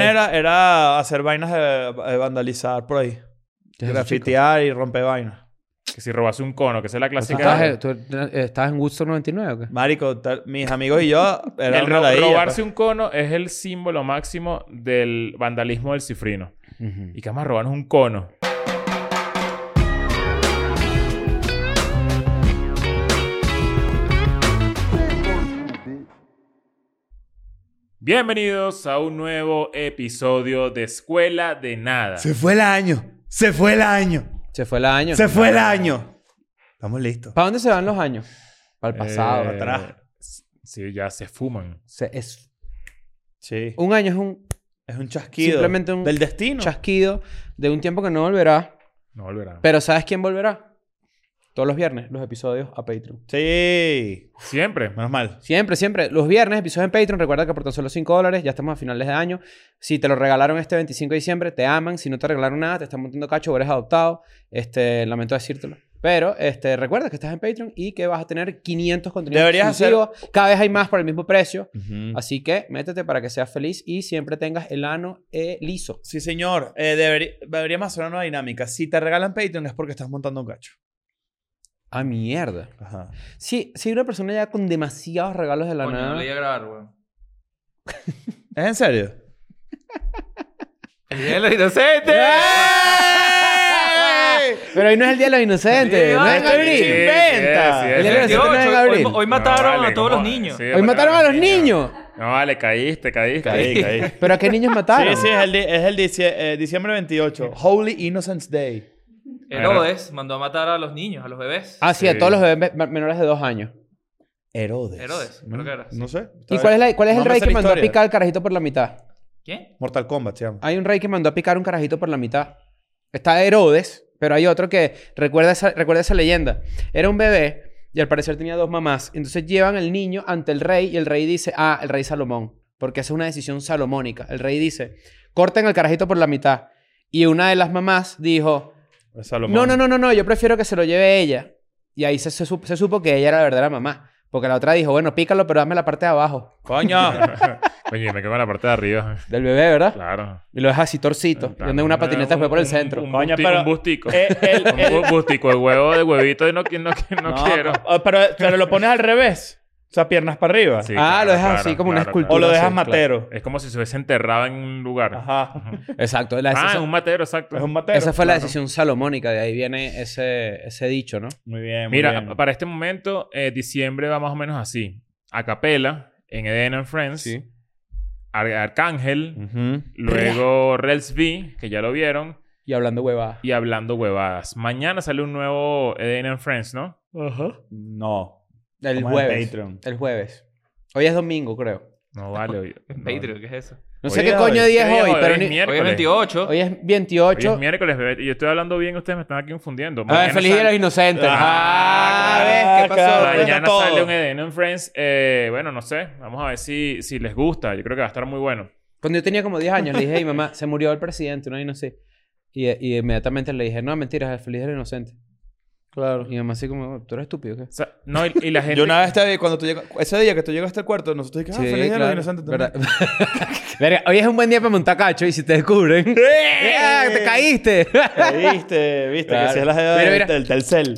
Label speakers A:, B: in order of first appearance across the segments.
A: era, era hacer vainas de, de vandalizar por ahí.
B: ¿Qué es eso,
A: Grafitear y romper vainas.
C: Que si robase un cono, que esa es la
B: ¿Tú
C: clásica.
B: estabas, en- tú estabas en Woodstock 99 o qué?
A: Marico, tal- mis amigos y yo era
C: el
A: una
C: ro-
A: ladilla,
C: robarse
A: pues.
C: un cono es el símbolo máximo del vandalismo del cifrino. Y que vamos a robarnos un cono. Bienvenidos a un nuevo episodio de Escuela de Nada.
A: Se fue el año. Se fue el año.
B: Se fue el año.
A: Se fue el año. Estamos listos.
B: ¿Para dónde se van los años? Para el pasado.
C: Eh,
A: atrás.
C: Sí, ya se fuman.
B: Se- es-
A: Sí.
B: un año es un
A: Es un chasquido.
B: Simplemente un
A: Del destino.
B: chasquido de un tiempo que no volverá.
C: No volverán.
B: Pero ¿sabes quién volverá? Todos los viernes, los episodios a Patreon.
A: Sí.
C: Siempre.
A: Menos mal.
B: Siempre, siempre. Los viernes, episodios en Patreon. Recuerda que por tan solo 5 dólares ya estamos a finales de año. Si te lo regalaron este 25 de diciembre, te aman. Si no te regalaron nada, te están montando cacho o eres adoptado. Este, lamento decírtelo. Pero este, recuerda que estás en Patreon y que vas a tener 500 contenidos
A: Deberías hacer-
B: exclusivos. Cada vez hay más por el mismo precio. Así que métete para que seas feliz y siempre tengas el ano eh, liso.
A: Sí, señor. Eh, deberí- deberíamos hacer una nueva dinámica. Si te regalan Patreon es porque estás montando un cacho.
B: ¡Ah, mierda!
A: Ajá.
B: Sí, si una persona ya con demasiados regalos de la
D: Coño,
B: nada...
D: no le di a grabar, weón.
A: ¿Es en serio?
D: ¡El día de los inocentes!
C: ¡Eh!
B: Pero hoy no es el Día de los Inocentes.
D: Sí,
B: no es
D: vale,
B: abril.
C: sí,
A: inventa.
C: sí,
B: El día de los
C: sí.
D: 28,
B: inocentes es en
D: hoy,
B: abril.
D: hoy
C: No,
D: mataron
C: vale,
D: a todos los
C: ¿cómo?
D: niños. Eh,
C: Sí,
B: Hoy mataron a los niños.
C: No, vale, caíste, caíste.
A: Caí, caí.
B: ¿Pero a qué niños
A: Sí,
B: mataron?
A: sí, es el, di- es el dicie- eh, diciembre 28. Holy Innocence Day.
D: Herodes mandó a matar a los niños, a los bebés.
B: Ah, sí, a
C: Sí.
B: todos los bebés me- menores de dos años.
A: Herodes.
D: Herodes,
A: ¿No?
D: creo que era, sí.
A: No sé.
B: ¿Y cuál es, la- cuál es
A: No
B: el
A: me
B: rey
A: sé
B: que
A: la
B: mandó a
A: historia.
B: picar al carajito por la mitad?
D: ¿Quién?
A: Mortal Kombat se llama.
B: Hay un rey que mandó a picar un carajito por la mitad. Está Herodes, pero hay otro que recuerda esa, recuerda esa leyenda. Era un bebé y al parecer tenía dos mamás. Entonces llevan al niño ante el rey y el rey dice, ah, el rey Salomón, porque esa es una decisión salomónica. El rey dice, corten al carajito por la mitad. Y una de las mamás dijo,
A: Salomón.
B: no, no, no, no, no, yo prefiero que se lo lleve ella. Y ahí se, se sup- se supo que ella era la verdadera mamá. Porque la otra dijo, bueno, pícalo, pero dame la parte de abajo
A: Coño.
C: Coño, y me quedo en la parte de arriba.
B: del bebé, ¿verdad?
C: Claro.
B: Y lo deja así torcito. y anda en una patineta fue por el centro.
C: Un,
A: Coño,
C: busti-
A: pero-
C: un bustico.
A: Eh, el-
C: un bu- bustico de huevo, de huevito, y no, qui- no, qui- no
A: No,
C: quiero.
A: ah, Pero, pero lo pones al revés. O sea, piernas para arriba.
C: Sí,
B: Ah, lo
C: claro,
B: dejas
C: claro,
B: así como una
C: claro,
B: escultura.
A: O lo dejas
B: Sí, claro.
A: matero.
C: claro. Es como si se hubiese enterrado en un lugar.
A: Ajá.
B: Exacto. La-
C: ah,
B: esa,
C: es un matero, exacto.
A: Es un matero.
B: esa fue la
C: claro.
B: decisión salomónica, de ahí viene ese, ese dicho, ¿no?
A: Muy bien, muy
C: Mira,
A: bien.
C: para este momento, eh, diciembre va más o menos así. A capela, en Eden and Friends. Ar- Arcángel.
B: Mm.
A: Ujú.
C: Luego Rels V, que ya lo vieron.
B: Y hablando hueva.
C: Y hablando huevadas. Mañana sale un nuevo Eden and Friends, ¿no?
A: No.
B: El
A: Vamos en
B: jueves.
A: Patreon.
B: El jueves. Hoy es domingo, creo.
C: No vale. Hoy, no.
D: En Patreon, ¿qué es eso?
B: No
A: Hoy
B: sé qué
A: es
B: coño
A: hoy.
B: día es hoy, pero
C: es
B: ni...
D: Hoy es
C: miércoles.
D: 28.
B: Hoy es
C: Hoy es
B: 28.
C: miércoles, bebé. Yo estoy hablando bien, ustedes me están aquí confundiendo.
B: A ver,
C: Mañana
B: feliz día de los
C: sale-
B: inocentes.
C: Ah,
B: Ah, ¿ves? ¿Qué pasó?
A: claro.
C: Mañana
A: Todo.
C: sale un Eden and Friends. Eh, bueno, no sé. Vamos a ver si, si les gusta. Yo creo que va a estar muy bueno.
B: Cuando yo tenía como 10 años, le dije a mi mamá, se murió el presidente, una no sé. Y, y inmediatamente le dije, no, mentiras, el feliz día de los inocentes.
A: Claro. Ah,
B: Y mi mamá así como, tú eres estúpido, ¿qué?
C: O sea, no, y, y la gente...
A: Yo una vez te cuando tú llegas, ese día que tú llegaste al cuarto, nosotros dijimos, ah, feliz día de los
B: claro,
A: inocentes
B: ¿verdad?
A: también.
B: Verga, hoy es un buen día para montar cacho y si te descubren. ¡Eh! ¡Te caíste!
A: Viste, viste,
B: Claro.
A: que si es la jeva
B: Mira,
A: del-
B: mira.
A: del Telcel.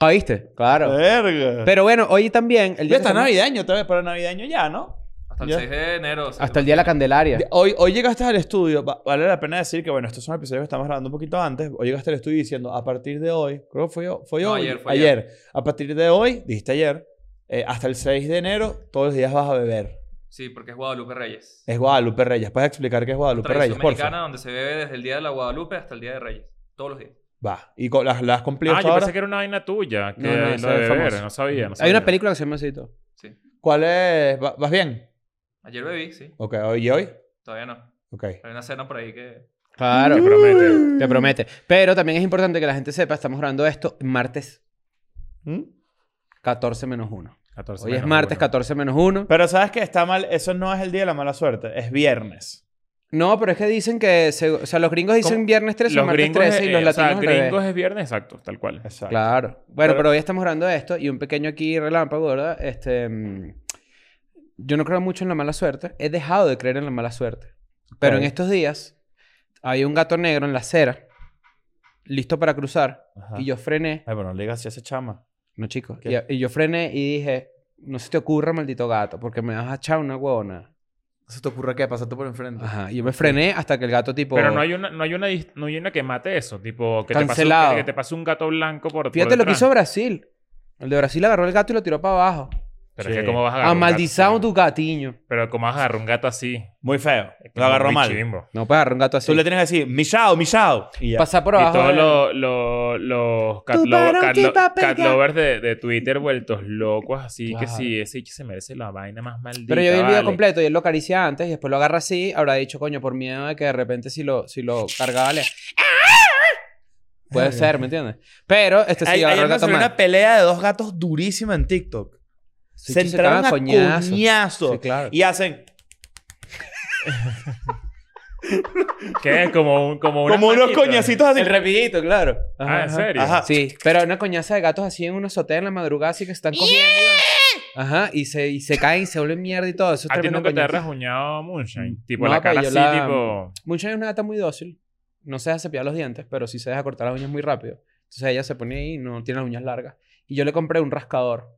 B: ¿Caíste? Claro.
A: Verga.
B: Pero bueno, hoy también.
A: Eh. Ya
B: El día
A: está
B: que-
A: navideño, otra vez, pero navideño ya, ¿no?
D: Hasta el
A: Ya.
D: 6 de enero.
B: Hasta el día de la Candelaria.
A: De- Hoy, hoy llegaste al estudio, va- vale la pena decir que, bueno, estos son episodios que estamos grabando un poquito antes. Hoy llegaste al estudio diciendo, a partir de hoy, creo que fue, yo- fue
D: No,
A: hoy,
D: ayer, fue ayer.
A: A partir de hoy, dijiste ayer, eh, hasta el 6 de enero, todos los días vas a beber.
D: Sí, porque es Guadalupe Reyes.
A: Es Guadalupe Reyes. ¿Puedes explicar qué es Guadalupe Reyes,
D: Tradición
A: por
D: mexicana donde se bebe desde el día de la Guadalupe hasta el día de Reyes. Todos los días.
A: Va. ¿Y co- las, las has cumplido
C: Ah,
A: hasta
C: yo
A: ahora?
C: pensé que era una vaina tuya. Que
B: No, no,
C: lo
B: esa
C: de
B: es
C: beber.
B: famosa.
C: No sabía, no
B: Hay
C: sabía.
B: una película que se llama así. todo.
D: Sí.
A: ¿Cuál es? ¿Va- ¿Vas bien?
D: Ayer bebí, sí.
A: Ok, hoy y hoy.
D: Todavía no.
A: Ok.
D: Hay una cena por ahí que.
B: Claro.
C: Te promete.
B: Te promete. Pero también es importante que la gente sepa, estamos grabando esto martes
A: ¿Mm?
B: 14 menos 1.
C: 14
B: Hoy es
C: menos
B: martes
C: uno.
B: 14 menos 1.
A: Pero sabes que está mal, eso no es el día de la mala suerte, es viernes.
B: No, pero es que dicen que... se- O sea, los gringos dicen
C: ¿Cómo?
B: viernes 13 y
C: Los
B: martes
C: gringos,
B: 13 y
C: eh,
B: los
C: o sea,
B: latinos al revés.
C: gringos es viernes, exacto, tal cual.
A: Exacto.
B: Claro. Bueno,
A: Pero-
B: pero hoy estamos hablando de esto y un pequeño aquí relámpago, ¿verdad? Este, mm, yo no creo mucho en la mala suerte. He dejado de creer en la mala suerte. Pero
A: Ok.
B: en estos días hay un gato negro en la acera, listo para cruzar,
A: Ajá.
B: y yo frené.
A: Ay, bueno, le digas si hace chama.
B: No, chicos.
A: ¿Qué?
B: Y, y yo frené y dije, no se te ocurra, maldito gato, porque me vas a echar una huevona.
A: Se te ocurra que pasaste por enfrente.
B: Ajá. Y yo me frené hasta que el gato tipo...
C: Pero no hay, una, no, hay una, dis- no hay una que mate eso. Tipo, que te, pase, un-
B: Cancelado.
C: que te pase un gato blanco por por
B: Fíjate lo que
C: detrás.
B: hizo Brasil. El de Brasil agarró el gato y lo tiró para abajo.
C: Pero es
A: Sí.
C: que cómo vas a agarrar un gato
B: Amaldizado
C: así?
B: tu gatiño.
C: Pero cómo vas a agarrar un gato así.
A: Muy feo.
C: Es
A: Lo
C: como
A: agarró
C: muy
A: mal.
C: chimbo.
B: No puedes agarrar un gato así.
A: Tú le tienes que decir, Michao, Michao. Y ya.
B: Pasar por
C: Y
B: abajo.
C: todos
B: del-
C: los, los, los cat,
B: Tu
C: lo-
B: varón
C: cat
B: que
C: lo-
B: va a pegar.
C: cat lovers de, de Twitter vueltos locos así
A: Claro.
C: que sí, ese bicho se merece la vaina más maldita.
B: Pero yo vi el video
C: vale.
B: completo y él lo acaricia antes y después lo agarra así. Habrá dicho, coño, por miedo de que de repente si lo, si lo cargaba le... Puede ser, ¿me entiendes? Pero este sí
A: Ay-
B: agarró
A: ayer
B: el
A: me
B: gato
A: salió
B: mal.
A: una pelea de dos gatos durísima en TikTok.
B: Sí,
A: se
B: sí, se
A: entraron a
B: cagan
A: coñazo.
B: coñazos. Sí, claro.
A: Y hacen
C: ¿Qué es? Como, un, como, unas
A: como unos
C: manitas.
A: coñacitos así.
B: El repiguito, claro.
C: Ah, ¿en serio?
A: Ajá.
B: Sí, pero una coñaza de gatos así en una azotea en la madrugada así que están comiendo. Ajá, y se, y se caen y se vuelven mierda y todo. Eso es
C: ¿A ti
B: tremendo
C: nunca te
B: coñazo.
C: has rasguñado Moonshine? Tipo,
B: No,
C: la cara
B: pero
C: así,
B: yo la-
C: tipo...
B: Mucha es una gata muy dócil. No se deja cepillar los dientes, pero sí se deja cortar las uñas muy rápido. Entonces ella se pone ahí y no tiene las uñas largas. Y yo le compré un rascador,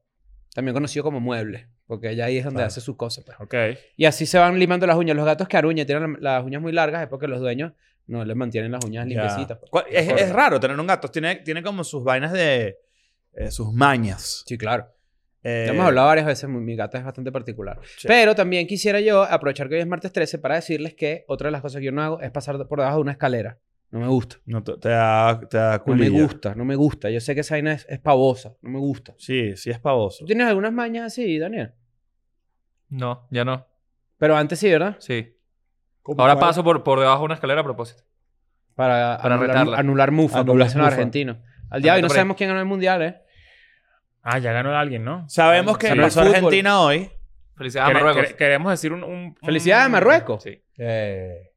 B: también conocido como mueble, porque ella ahí es donde
A: Claro.
B: hace sus cosas. pues.
C: Ok.
B: Y así se van limando las uñas. Los gatos que aruñan y tienen la- las uñas muy largas es porque los dueños no les mantienen las uñas
A: Ya.
B: limpiecitas. pues.
A: ¿Cuál- Es,
B: Corta.
A: es raro tener un gato. Tiene, tiene como sus vainas de... eh, sus mañas.
B: Sí, claro.
A: Eh,
B: Ya hemos hablado varias veces, mi mi gata es bastante particular. Pero también quisiera yo aprovechar que hoy es martes 13 para decirles que otra de las cosas que yo no hago es pasar por debajo de una escalera. No me gusta.
A: No, te, te da, te da
B: No me
A: culilla.
B: gusta, no me gusta. Yo sé que esa vaina es, es pavosa, no me gusta.
A: Sí, sí es pavoso.
B: ¿Tú tienes algunas mañas así, Daniel?
D: No, ya no.
B: Pero antes sí, ¿verdad?
D: Sí. Ahora paso por, por debajo de una escalera a propósito.
B: Para,
D: Para
B: anular,
D: retarla.
B: anular mufa, como
A: Anular
B: dicen los
A: mufa.
B: argentinos. Al día de hoy no
D: Anota por ahí.
B: sabemos quién ganó el mundial, ¿eh?
C: Ah, ya ganó alguien, ¿no?
A: Sabemos que
C: Sí.
A: pasó
B: Fútbol.
A: Argentina hoy.
D: Felicidades a
C: Quere-
D: Ah, Marruecos.
C: quere- queremos decir un... un-
B: Felicidades a
C: un-
B: Marruecos.
D: Sí.
B: Eh,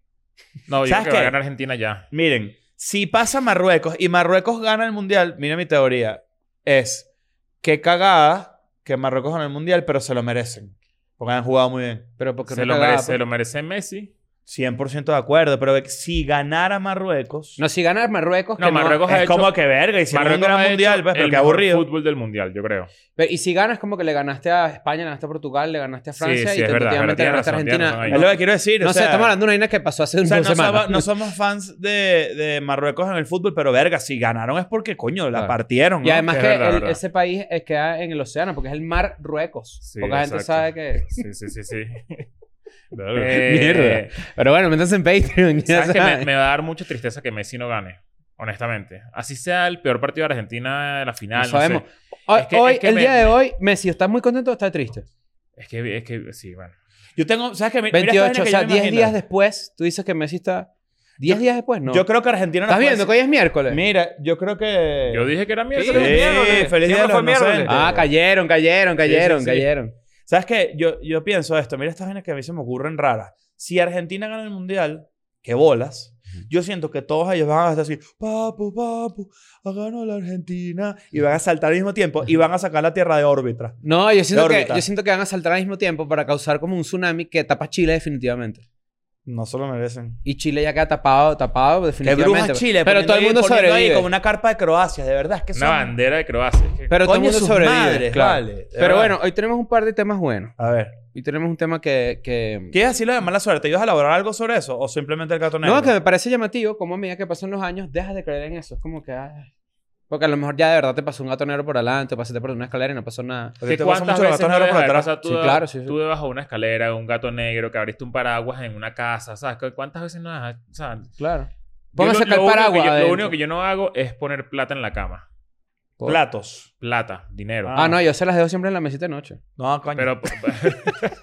C: No, yo creo
A: ¿Sabes
C: que va a
A: qué?
C: ganar Argentina ya.
A: Miren, si pasa Marruecos y Marruecos gana el mundial, mira mi teoría. Es que cagada que Marruecos gana el mundial, pero se lo merecen. Porque han jugado muy bien.
B: Pero porque
C: Se
B: no
C: lo,
B: cagaba,
C: merece,
B: pues.
C: se lo merece Messi.
A: 100% de acuerdo, pero si ganara Marruecos.
B: No, si gana Marruecos, que
C: No, Marruecos
A: es
C: ha hecho...
A: como que verga, hicieron
C: Marruecos
A: un gran
C: ha hecho
A: mundial, pues, pero
C: el
A: qué
C: mejor
A: aburrido.
C: fútbol del mundial, yo creo.
B: Pero- y si ganas, como que le ganaste a España, le ganaste a Portugal, le ganaste a
C: Sí,
B: Francia
C: sí,
B: y
C: es verdad, verdad,
B: definitivamente le
C: tienes
B: ganaste a
C: razón,
B: Argentina.
C: tienes razón ahí.
B: no
A: Es lo que quiero decir. o
B: no sé,
A: sea,
B: estamos hablando de una vaina que pasó hace
A: o
B: un
A: sea,
B: dos
A: no,
B: semanas.
A: somos, no somos fans de, de Marruecos en el fútbol, pero verga, si ganaron es porque, coño, la
B: Claro.
A: partieron. ¿no?
B: Y además
C: que
B: que,
C: es verdad,
B: el-
C: verdad.
B: ese país eh, queda en el océano, porque es el Mar Ruecos.
C: Sí,
B: Poca gente
C: exacto.
B: sabe que...
C: Sí, sí, sí, sí.
B: Mierda. Pero bueno, métanse en Patreon. ya
C: Eh, ¿Sabes que
B: saben.
C: me, me va a dar mucha tristeza que Messi no gane? Honestamente. Así sea el peor partido de Argentina de la final.
B: No
C: No
B: sabemos.
C: sé.
B: Hoy,
C: Es que-
B: hoy,
C: es que
B: el
C: me-
B: día de hoy, Messi, ¿estás muy contento o estás triste?
C: Es que, es que, sí, bueno.
A: Yo tengo, ¿sabes qué? Mi- mira esta
B: 28,
A: vaina
B: o
A: que
B: sea,
A: yo me
B: 10
A: imagino.
B: días después, tú dices que Messi está... 10 días después, no.
A: Yo creo que Argentina no pues,
B: ¿Estás viendo que hoy es miércoles?
A: Mira, yo creo que.
C: Yo dije que era
A: Sí,
C: miércoles.
D: miércoles.
A: feliz día de
D: Siempre
A: los
D: fue miércoles.
A: inocentes.
B: Ah, cayeron, cayeron, cayeron,
A: sí.
B: cayeron.
A: ¿Sabes qué? Yo, yo pienso esto. Mira estas vainas que a mí se me ocurren raras. Si Argentina gana el mundial, que bolas. Yo siento que todos ellos van a estar así, papu, papu, ha ganado la Argentina. Y van a saltar al mismo tiempo y van a sacar la tierra de órbita.
B: No, yo siento,
A: De
B: que,
A: órbita.
B: yo siento que van a saltar al mismo tiempo para causar como un tsunami que tapa Chile definitivamente.
A: No se lo merecen.
B: Y Chile ya queda tapado, tapado
A: Que
B: definitivamente.
A: brujas Chile.
B: pero
A: poniendo
B: todo el
A: ahí-
B: mundo
A: poniendo ahí
B: sobrevive.
A: como una carpa de Croacia, de verdad. Es que
C: Una
A: son...
C: bandera de Croacia. Es que-
B: Pero todo el
A: Coño,
B: mundo
A: sus
B: sobrevive.
A: madres,
B: claro.
A: vale, de
B: pero
A: verdad.
B: bueno, hoy tenemos un par de temas buenos.
A: A ver.
B: Hoy tenemos un tema que... que...
A: ¿Quieres decirlo de mala suerte? ¿Ibas a elaborar algo sobre eso? ¿O simplemente el gato negro?
B: No, que me parece llamativo cómo a medida que pasan los años dejas de creer en eso. Es como que... ay. Porque a lo mejor ya de verdad te pasó un gato negro por adelante, pasaste por una escalera y no pasó nada.
A: ¿A ti
C: ¿Qué
A: te pasan
C: cuántas
A: mucho los
C: veces
A: gatos
C: no
A: negros por
C: dejas de
A: atrás?
C: pasar tú,
B: Sí,
C: deba-
B: claro, sí, sí.
C: tú debajo de una escalera, un gato negro, que abriste un paraguas en una casa, ¿sabes? ¿Cu- ¿Cuántas veces no dejas? O sea, yo
B: Claro. Pónganse
C: lo-
B: acá el
C: lo único que
B: paraguas.
C: yo- Lo
B: adentro.
C: único que yo no hago es poner plata en la cama.
B: Por-
A: Platos.
C: Plata, dinero.
A: Ah.
B: Ah, no, yo se las dejo siempre en la mesita de noche.
A: No, coño.
C: Pero.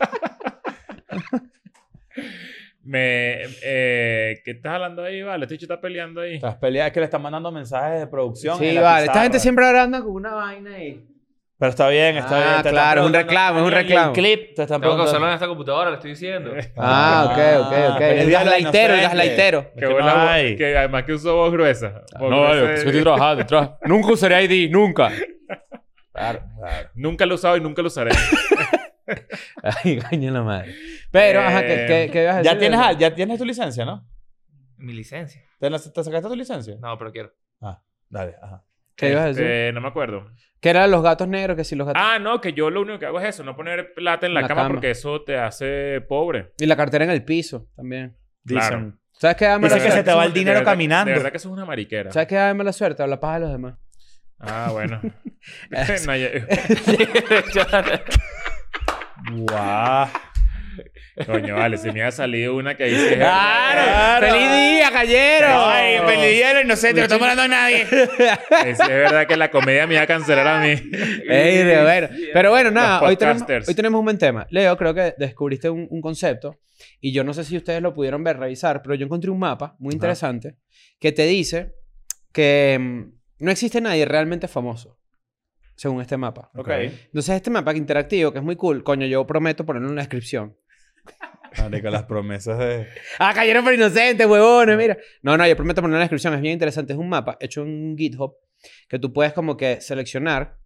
C: Me, eh, ¿Qué estás hablando ahí, vale? Este bicho está peleando ahí.
A: Las peleas es que le están mandando mensajes de producción.
B: Sí,
A: en la
B: vale. Esta
A: pizarra.
B: gente siempre ahora anda con una vaina y...
A: Pero está bien, está
B: Ah,
A: bien. te están
B: claro, es un
A: preguntando-
B: reclamo, es un
A: Daniel,
B: reclamo.
A: El clip te están
D: Tengo que usarlo
A: preguntando.
D: en esta computadora, le estoy diciendo.
C: Eh.
B: Ah, ok, ok, ok.
A: feliz
B: El
A: día de los
B: gaslightero, el
A: inocentes.
B: gaslightero.
A: Es
C: Que,
A: que no
C: buena voz-
A: hay. Ah,
C: que además que uso voz gruesa. Voz gruesa
A: pues,
C: es-
B: trabajando. Nunca usaré ID, nunca.
A: Claro, claro.
C: Nunca lo he usado y nunca lo usaré.
B: Ay, coño la madre. Pero, ajá, ¿qué, qué, qué ibas a decir?
A: Ya tienes, al- ya tienes tu licencia, ¿no?
D: Mi licencia.
A: ¿Te, la- te sacaste tu licencia?
D: No, pero quiero.
A: Dale, ajá.
B: ¿Qué ibas a decir?
C: Este, no me acuerdo.
B: ¿Qué eran los gatos negros? Que si los gatos...
C: Ah, no, que yo lo único que hago es eso, no poner plata en la,
B: La
C: cama,
B: cama.
C: porque eso te hace pobre.
B: Y la cartera en el piso también.
C: Claro.
A: Dicen.
B: ¿Sabes qué da
A: Pero
B: mala
A: Dice es que se
B: suerte?
A: te va el
C: De
A: dinero
C: verdad-
A: caminando.
C: De verdad que eso es una mariquera.
B: ¿Sabes qué da mala suerte? Habla paja de los demás.
C: Ah, bueno. No, ya-
A: Guau.
C: Coño, vale, si me ha salido una que dice.
A: Ah, ¡Claro!
B: ¡Feliz día, gallero!
A: ¡Ay, feliz día de los inocentes! ¡No estamos hablando de nadie!
C: Es, es verdad que la comedia me va a cancelar a mí.
B: Ey, de ver. Pero bueno, nada,
C: Los
B: hoy tenemos,
C: podcasters.
B: hoy tenemos un buen tema. Leo, creo que descubriste un, un concepto y yo no sé si ustedes lo pudieron ver, revisar, pero yo encontré un mapa muy
C: Ajá.
B: interesante que te dice que mm, no existe nadie realmente famoso, según este mapa.
A: Ok.
B: Entonces, este mapa interactivo, que es muy cool, coño, yo prometo ponerlo en la descripción.
A: Marico, las promesas de...
B: Ah, cayeron por inocentes, huevones, mira. No, no, yo prometo poner en la descripción, es bien interesante. Es un mapa hecho en GitHub que tú puedes como que seleccionar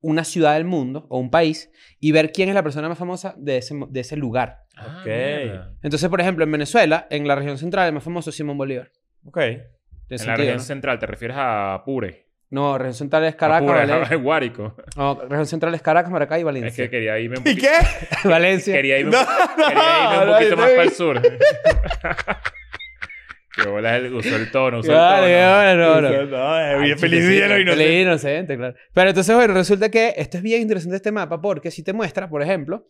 B: una ciudad del mundo o un país y ver quién es la persona más famosa de ese, mo- de ese lugar.
C: Ah,
A: Ok.
C: mierda.
B: Entonces, por ejemplo, en Venezuela, en la región central, el más famoso es Simón Bolívar.
A: Ok.
B: Tiene
C: En la
B: sentido,
C: región
B: ¿no?
C: central, ¿te refieres a Pure?
B: No, región central es
C: a
B: Caracas,
A: ¿eh?
C: Pure,
B: Valencia.
C: a Guárico.
B: No, región central es Caracas, Maracay y
C: Es
B: Valencia.
C: que quería irme un
A: ¿Y
C: poquito,
A: qué?
B: Valencia.
C: quería irme,
A: No,
C: un po- quería irme un
A: no,
C: poquito
A: no,
C: más
A: no.
C: para el sur. que bola el, usó el tono, usó el tono.
B: Vale, no, no.
A: No, eh,
B: Ay,
A: bien, feliz
B: chiquitito,
A: día de los inocentes.
B: Feliz inocente, claro. Pero entonces, bueno, resulta que esto es bien interesante este mapa porque si te muestra, por ejemplo,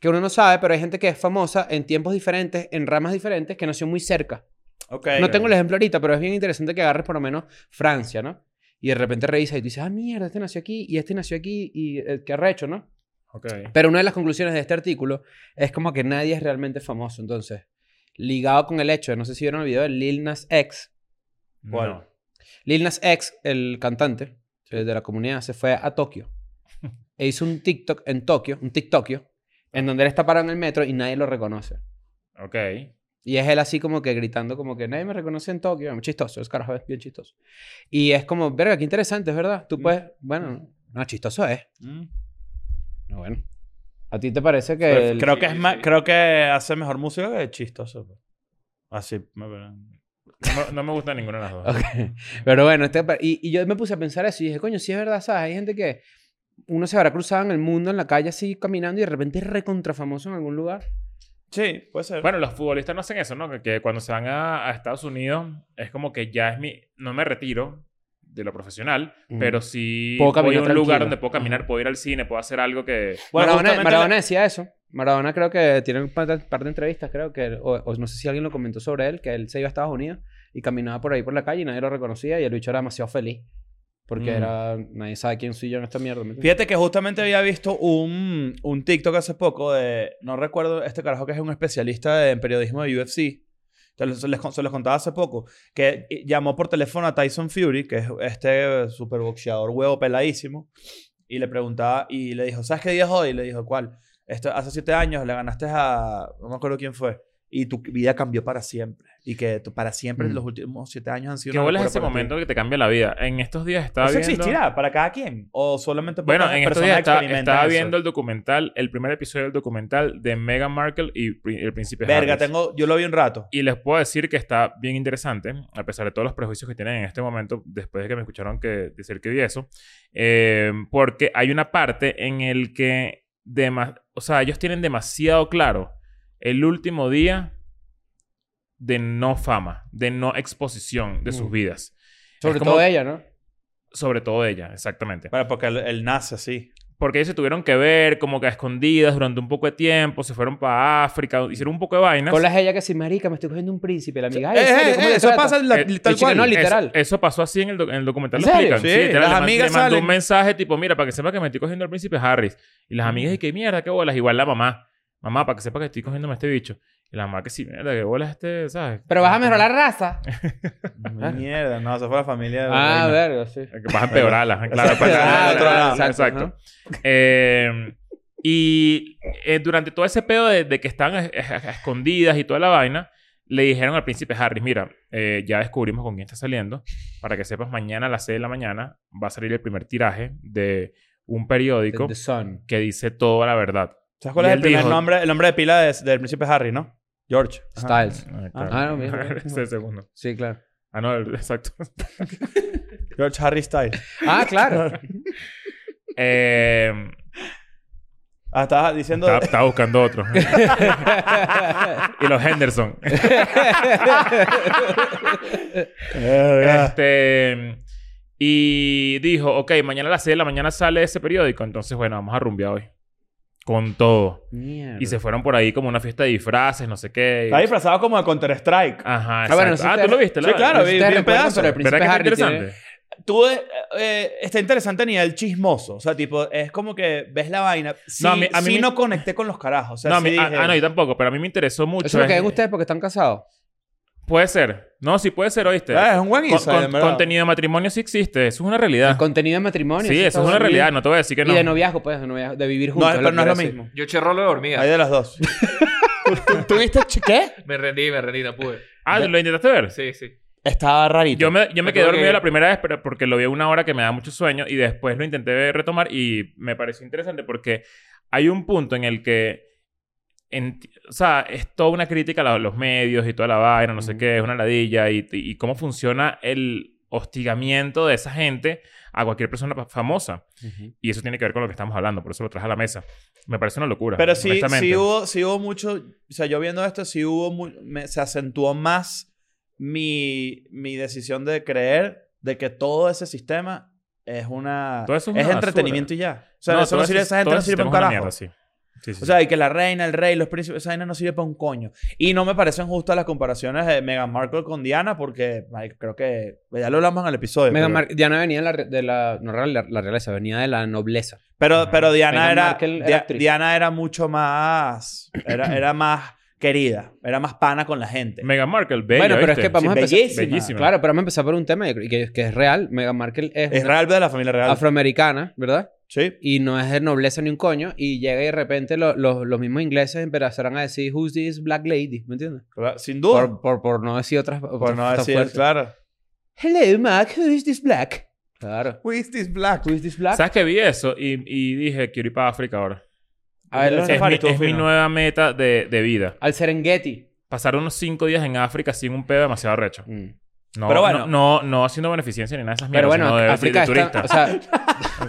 B: que uno no sabe, pero hay gente que es famosa en tiempos diferentes, en ramas diferentes, que nació muy cerca.
A: Ok.
B: No tengo el ejemplo ahorita, pero es bien interesante que agarres por lo menos Francia, ¿no? Y de repente revisas y tú dices, ah, mierda, este nació aquí y este nació aquí y eh, qué arrecho, ¿no?
C: Ok.
B: Pero una de las conclusiones de este artículo es como que nadie es realmente famoso. Entonces, ligado con el hecho, de- no sé si vieron el video de Lil Nas X,
A: ¿Cuál?
C: No.
B: Lil Nas X, el cantante eh, de la comunidad, se fue a Tokio e hizo un TikTok en Tokio, un TikTokio, en donde él está parado en el metro y nadie lo reconoce.
C: Ok.
B: Y es él así como que gritando como que nadie me reconoce en Tokio. Es chistoso, es carajo, es bien chistoso. Y es como, verga, qué interesante, es verdad. Tú puedes, bueno, no, chistoso es.
A: Mm.
B: No, bueno. ¿A ti te parece que...
A: Pero
B: el-
A: Creo
D: sí,
A: que es
D: sí,
A: más...
D: sí.
A: Creo que hace mejor música que chistoso. pues. Así. me-
C: No, no me gusta ninguna de las dos.
B: Ok. Pero bueno, este pa- y, y yo me puse a pensar eso y dije, coño, sí es verdad, ¿sabes? Hay gente que uno se habrá cruzado en el mundo, en la calle, así caminando y de repente es recontrafamoso en algún lugar.
A: Sí, puede ser.
C: Bueno, los futbolistas no hacen eso, ¿no? Que, que cuando se van a, a Estados Unidos es como que ya es mi... No me retiro de lo profesional,
B: Mm.
C: pero sí
B: Puedo
C: voy a
B: caminar
C: un lugar
B: tranquilo.
C: donde puedo caminar, puedo ir al cine, puedo hacer algo que...
A: Bueno,
B: Maradona,
A: justamente la-
B: Maradona decía eso. Maradona creo que tiene un par de, par de entrevistas, creo que, o, o no sé si alguien lo comentó sobre él, que él se iba a Estados Unidos y caminaba por ahí por la calle y nadie lo reconocía y el bicho era demasiado feliz. Porque
A: Mm.
B: era, nadie sabe quién soy yo en esta mierda. ¿me entiendes?
A: Fíjate que justamente había visto un, un TikTok hace poco de, no recuerdo, este carajo que es un especialista de- en periodismo de UFC, te los- les con- se los contaba hace poco, que eh, llamó por teléfono a Tyson Fury, que es este superboxeador huevo peladísimo, y le preguntaba, y le dijo, ¿sabes qué día es hoy? Y le dijo, ¿cuál? Esto, hace siete años le ganaste a, no me acuerdo quién fue, y tu vida cambió para siempre, y que tu- para siempre
B: Mm.
A: los últimos siete años han sido...
C: ¿Qué
A: una
C: bolas
A: locura
C: ese
A: para ti".
C: momento que te cambia la vida? En estos días estaba
A: ¿Eso
C: viendo...
A: existirá para cada quien? ¿O solamente
C: Bueno,
A: pocas
C: en estos
A: personas
C: días estaba,
A: experimentan
C: estaba
A: eso?
C: viendo el documental, el primer episodio del documental de Meghan Markle y Pri- el príncipe
A: Verga,
C: Harry.
A: tengo, yo lo vi un rato.
C: Y les puedo decir que está bien interesante, a pesar de todos los prejuicios que tienen en este momento, después de que me escucharon que, decir que vi eso, eh, porque hay una parte en el que, dema- o sea, ellos tienen demasiado claro el último día de no fama, de no exposición de sus
B: Mm.
C: vidas,
B: Sobre
C: es como-
B: todo ella, ¿no?
C: sobre todo ella, exactamente.
A: Bueno, porque él, él nace así.
C: Porque ellos se tuvieron que ver como que a escondidas durante un poco de tiempo, se fueron para África, hicieron un poco de vainas.
B: Con la es ella que si marica, me estoy cogiendo un príncipe. La amiga, "Ay,
A: Eh,
B: Ah, ¿en serio?
A: eh,
B: ¿Cómo
A: eh,
B: te
A: eso
B: tratas?"
A: pasa la-
C: Eh,
A: tal
B: y
A: cual.
B: Chiquenoli- literal.
C: Eso, eso pasó así en el, doc- en el documental.
B: ¿En
C: lo
B: serio?
C: explican. Sí,
A: Sí,
C: literal,
A: las
C: le man-
A: amigas
C: le mandó
A: salen.
C: un mensaje tipo, mira, para que sepa que me estoy cogiendo al príncipe Harris. Y
A: Mm.
C: las amigas, y que mierda, qué bolas. Igual la mamá. Mamá, para que sepa que estoy cogiéndome a este bicho. Y la mamá que sí, mierda, qué bolas este, ¿sabes?
B: Pero vas a mejorar la raza.
A: Mierda, no, esa fue la familia de la
B: ah,
A: reina.
B: verga, sí.
C: Vas a empeorarla. claro,
A: Exacto.
C: para-
A: Ah, otro lado.
C: Exacto. Eh, y eh, durante todo ese pedo de, de que estaban a- a- a escondidas y toda la vaina, le dijeron al príncipe Harris, mira, eh, ya descubrimos con quién está saliendo. Para que sepas, mañana a las 6 de la mañana va a salir el primer tiraje de un periódico
B: The Sun.
C: que dice toda la verdad.
A: ¿Sabes cuál
C: Y
A: es el
C: él
A: primer
C: dijo-
A: nombre, el nombre de pila de- del príncipe Harry, no? George. Ajá.
B: Styles. Ah, no, mira, mira.
C: Ese es el segundo.
B: Sí, claro.
C: Ah, no, el- exacto.
A: George Harry Styles.
B: Ah, claro.
C: Eh,
A: Ah, estaba diciendo...
C: estaba, estaba buscando otro. y los Henderson.
A: Verga.
C: Este, y dijo, ok, mañana a las 6 de la mañana sale ese periódico. Entonces, bueno, vamos a rumbear hoy. Con todo.
B: Mierda.
C: Y se fueron por ahí como una fiesta de disfraces, no sé qué.
A: Está disfrazado como de Counter-Strike.
C: Ajá,
B: Ah, bueno, sí
C: exacto. Este- Ah,
B: te-
C: tú lo viste,
A: Sí,
C: la verdad.
A: claro, vi-
B: Ustedes
A: vi un
B: recuerdan,
A: pedazo.
B: pero el
C: ¿Verdad
B: príncipe
C: que está
B: Harry
C: interesante?
B: tiene-
A: Tú... eh, eh, está interesante a nivel chismoso. O sea, tipo, es como que ves la vaina. Sí,
C: No,
A: no,
C: a mí- a mí me-
A: no conecté con los carajos. O sea,
C: no, a
A: sí
C: mí- ah,
A: dije-
C: ah, no, yo tampoco, pero a mí me interesó mucho.
B: Eso es lo que
C: es-
B: ven ustedes porque están casados.
C: Puede ser. No, sí puede ser, ¿oíste?
A: Ah, es un buen
C: Este, Con-
A: insight,
C: con-
A: en verdad.
C: contenido de matrimonio sí existe. Eso es una realidad.
B: El contenido de matrimonio.
C: Sí, eso
B: está
C: es una
B: bien.
C: realidad. No te voy a decir que no.
B: Y de noviazgo, pues, de, noviazgo, de vivir
A: No,
B: juntos.
A: es- pero no es
B: quiero
A: lo
B: decir.
A: mismo.
D: Yo eché rolo de hormigas.
A: Hay de las dos. ¿Tuviste qué?
D: Me rendí, me rendí, no pude.
C: Ah, ¿lo intentaste ver?
D: Sí, sí.
A: Estaba rarito.
C: Yo me, yo me
D: Me
C: quedé
D: tengo
C: dormido
D: que-
C: la primera vez pero porque lo vi una hora que me da mucho sueño y después lo intenté retomar y me pareció interesante porque hay un punto en el que... en- o sea, es toda una crítica a la- los medios y toda la vaina, no sé
B: Ujú.
C: qué, es una ladilla y, y cómo funciona el hostigamiento de esa gente a cualquier persona pa- famosa.
B: Ujú.
C: Y eso tiene que ver con lo que estamos hablando, por eso lo traje a la mesa. Me parece una locura.
A: Pero sí,
C: honestamente.
A: sí, hubo, sí hubo mucho, o sea, yo viendo esto, sí hubo, mu- me- se acentuó más mi, mi decisión de creer de que todo ese sistema es una...
C: Todo eso es
A: es
C: una
A: entretenimiento y ya. O sea,
C: No,
A: eso no
C: todo
A: sirve,
C: ese-
A: esa gente
C: todo
A: no
C: ese
A: sirve
C: sistema
A: un
C: es una
A: carajo.
C: mierda, sí. Sí, sí,
A: O
C: sí.
A: sea, y que la reina, el rey, los príncipes, esa vaina no sirve para un coño. Y no me parecen justas las comparaciones de Meghan Markle con Diana porque marico, creo que ya lo hablamos en el episodio.
B: Meghan
A: pero-
B: Mar- Diana venía de la, re- de la, no real- la, la realeza, venía de la nobleza.
A: Pero, pero Diana,
B: Meghan
A: era,
B: Markle era
A: Dia-
B: actriz.
A: Diana era mucho más. Era, era más querida. Era más pana con la gente.
C: Meghan Markle, bella,
B: bueno, pero es
C: ¿viste?
B: que vamos
A: Sí,
B: a empezar.
A: bellísima.
C: Bellísima.
B: Claro, pero vamos a empezar por un tema que, que- que es real. Meghan Markle es,
A: Es
B: una
A: real de la familia real.
B: afroamericana, ¿verdad?
A: sí.
B: Y no es de nobleza ni un coño. Y llega y de repente lo- lo- los mismos ingleses empezarán a decir, Who's this black lady? ¿Me entiendes?
A: claro, Sin duda.
B: Por,
A: Por,
B: por, por no decir otras. otras-
A: Uh. no
B: otras
A: decir,
B: fuerzas.
A: claro.
B: Hello, Mac, who is this black? Claro.
A: Who is this black?
B: Who is this black?
C: ¿Sabes que vi eso? Y, y dije, quiero ir para África ahora.
B: A ver,
A: El
B: los-
C: Es,
A: Safari,
C: mi,
A: todo
C: es mi
A: fino.
C: nueva meta de, de vida.
B: al Serengeti. Mm.
C: Pasar unos cinco días en África sin un pedo demasiado recho. No,
A: Pero bueno.
C: No, no, no haciendo beneficencia ni nada de esas
B: Pero
C: mierdas.
B: bueno,
C: sino de,
B: África
C: de turista.
B: está, o sea,
C: O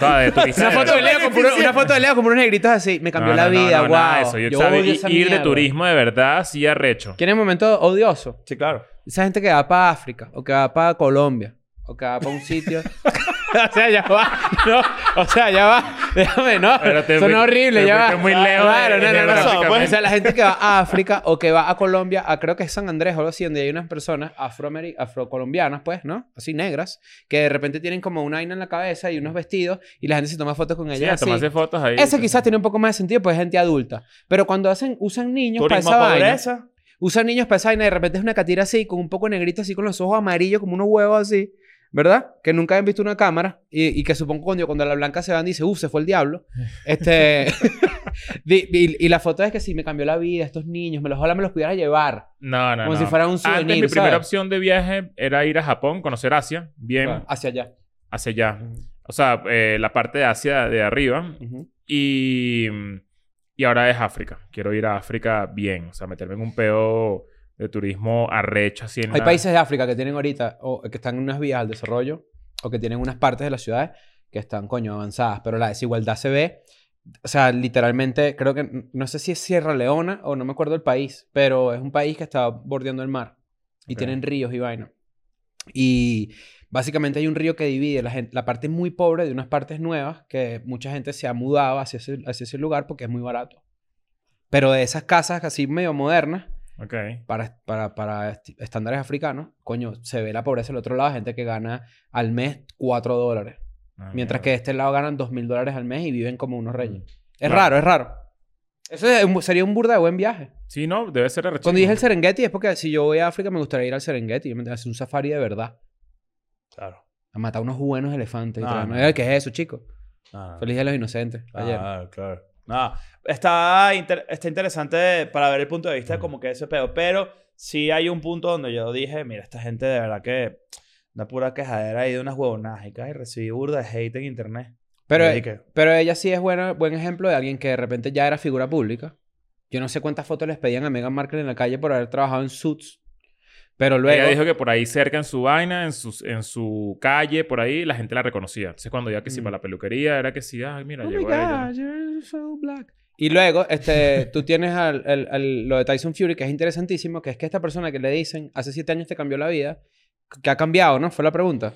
C: sea, de turista.
B: una foto de Leo con unos- una foto de Leo con unos negritos así, me cambió
C: No,
B: la
C: no, no,
B: vida,
C: no,
B: wow.
C: nada de eso. Yo,
B: Yo
C: sabe,
B: odio
C: i-
B: esa
C: ir de
B: mierda.
C: turismo de verdad, sí arrecho.
B: ¿Quién es un momento odioso?
A: Sí, claro.
B: Esa gente que va para África, o que va para Colombia, o que va para un sitio. o sea, ya va. No, o sea, ya va. Déjame, no.
C: Pero te
B: Suena
C: fui-
B: horrible,
C: te
B: ya va.
C: fuiste muy lejos
B: Claro,
C: de-
B: no, no, no.
C: geográficamente.
B: O sea, la gente que va a África o que va a Colombia, a creo que es San Andrés o algo así, donde hay unas personas afroameri- afrocolombianas, pues, ¿no? Así negras, que de repente tienen como una aina en la cabeza y unos vestidos y la gente se toma fotos con
C: Sí,
B: ellas.
C: a
B: así.
C: tomarse fotos ahí.
B: Ese quizás tiene un poco más de sentido, pues es gente adulta. Pero cuando hacen, usan niños para
A: Turismo
B: esa vaina.
A: pobreza.
B: Usan niños para esa vaina y de repente es una catira así, con un poco negrito así, con los ojos amarillos, como unos huevos así, ¿verdad? Que nunca habían visto una cámara y, y que supongo cuando, cuando la blanca se van dice, uff, se fue el diablo. Este, di- di- y, la foto es que sí, me cambió la vida, estos niños, me los, ojalá me los pudiera llevar,
C: No, no,
B: como
C: no.
B: si fuera un souvenir,
C: Antes mi primera
B: ¿sabes?
C: opción de viaje era ir a Japón, conocer Asia, bien
B: pues, Hacia allá.
C: hacia allá. O sea, eh, la parte de Asia de arriba,
B: Ujú.
C: Y, y ahora es África. Quiero ir a África bien. O sea, meterme en un peo de turismo arrecho así en
B: Hay
C: la-
B: países de África que tienen ahorita, o que están en unas vías al desarrollo, o que tienen unas partes de las ciudades que están, coño, avanzadas, pero la desigualdad se ve. O sea, literalmente, creo que, no sé si es Sierra Leona o no me acuerdo el país, pero es un país que está bordeando el mar y
C: Ok.
B: tienen ríos y vaina. Y básicamente hay un río que divide la, gente, la parte muy pobre de unas partes nuevas que mucha gente se ha mudado hacia ese, hacia ese lugar porque es muy barato. Pero de esas casas así medio modernas,
C: Ok. Ah,
B: para, para, para est- estándares africanos, coño, se ve la pobreza del otro lado, gente que gana al mes 4 dólares.
C: Ah,
B: Mientras que de
C: mierda. Mm.
B: este lado ganan 2 mil dólares al mes y viven como unos reyes. Es
C: Claro.
B: raro, es raro. Eso es un- sería un burda de buen viaje.
C: Sí, no, debe ser arrecho.
B: Cuando dije el Serengeti es porque si yo voy a África me gustaría ir al Serengeti. Yo me hacer un safari de verdad.
A: Claro.
B: A matar unos buenos elefantes. y
C: Ah,
A: No,
B: traerme-
A: no.
B: Eh, ¿Qué es eso, chico?
A: Ah.
B: Feliz Día de los Inocentes. Ayer.
A: Ah, claro. No, está, inter- está interesante para ver el punto de vista de como que ese pedo, pero sí hay un punto donde yo dije, mira, esta gente de verdad que una pura quejadera y de unas huevonadas y recibí burda de hate en internet.
B: Pero,
A: Yo dije,
B: pero ella sí es buena, buen ejemplo de alguien que de repente ya era figura pública. Yo no sé cuántas fotos les pedían a Meghan Markle en la calle por haber trabajado en Suits. Pero luego...
C: Ella dijo que por ahí cerca en su vaina, en su, en su calle, por ahí, la gente la reconocía. Entonces cuando ya que sí
B: Mm.
C: para la peluquería, era que sí, ay, mira,
B: Oh my
C: llegó ella.
B: God, you're so black. Y luego, este, tú tienes al- al- al- lo de Tyson Fury, que es interesantísimo, que es que esta persona que le dicen, hace siete años te cambió la vida, que ha cambiado, ¿no? Fue la pregunta.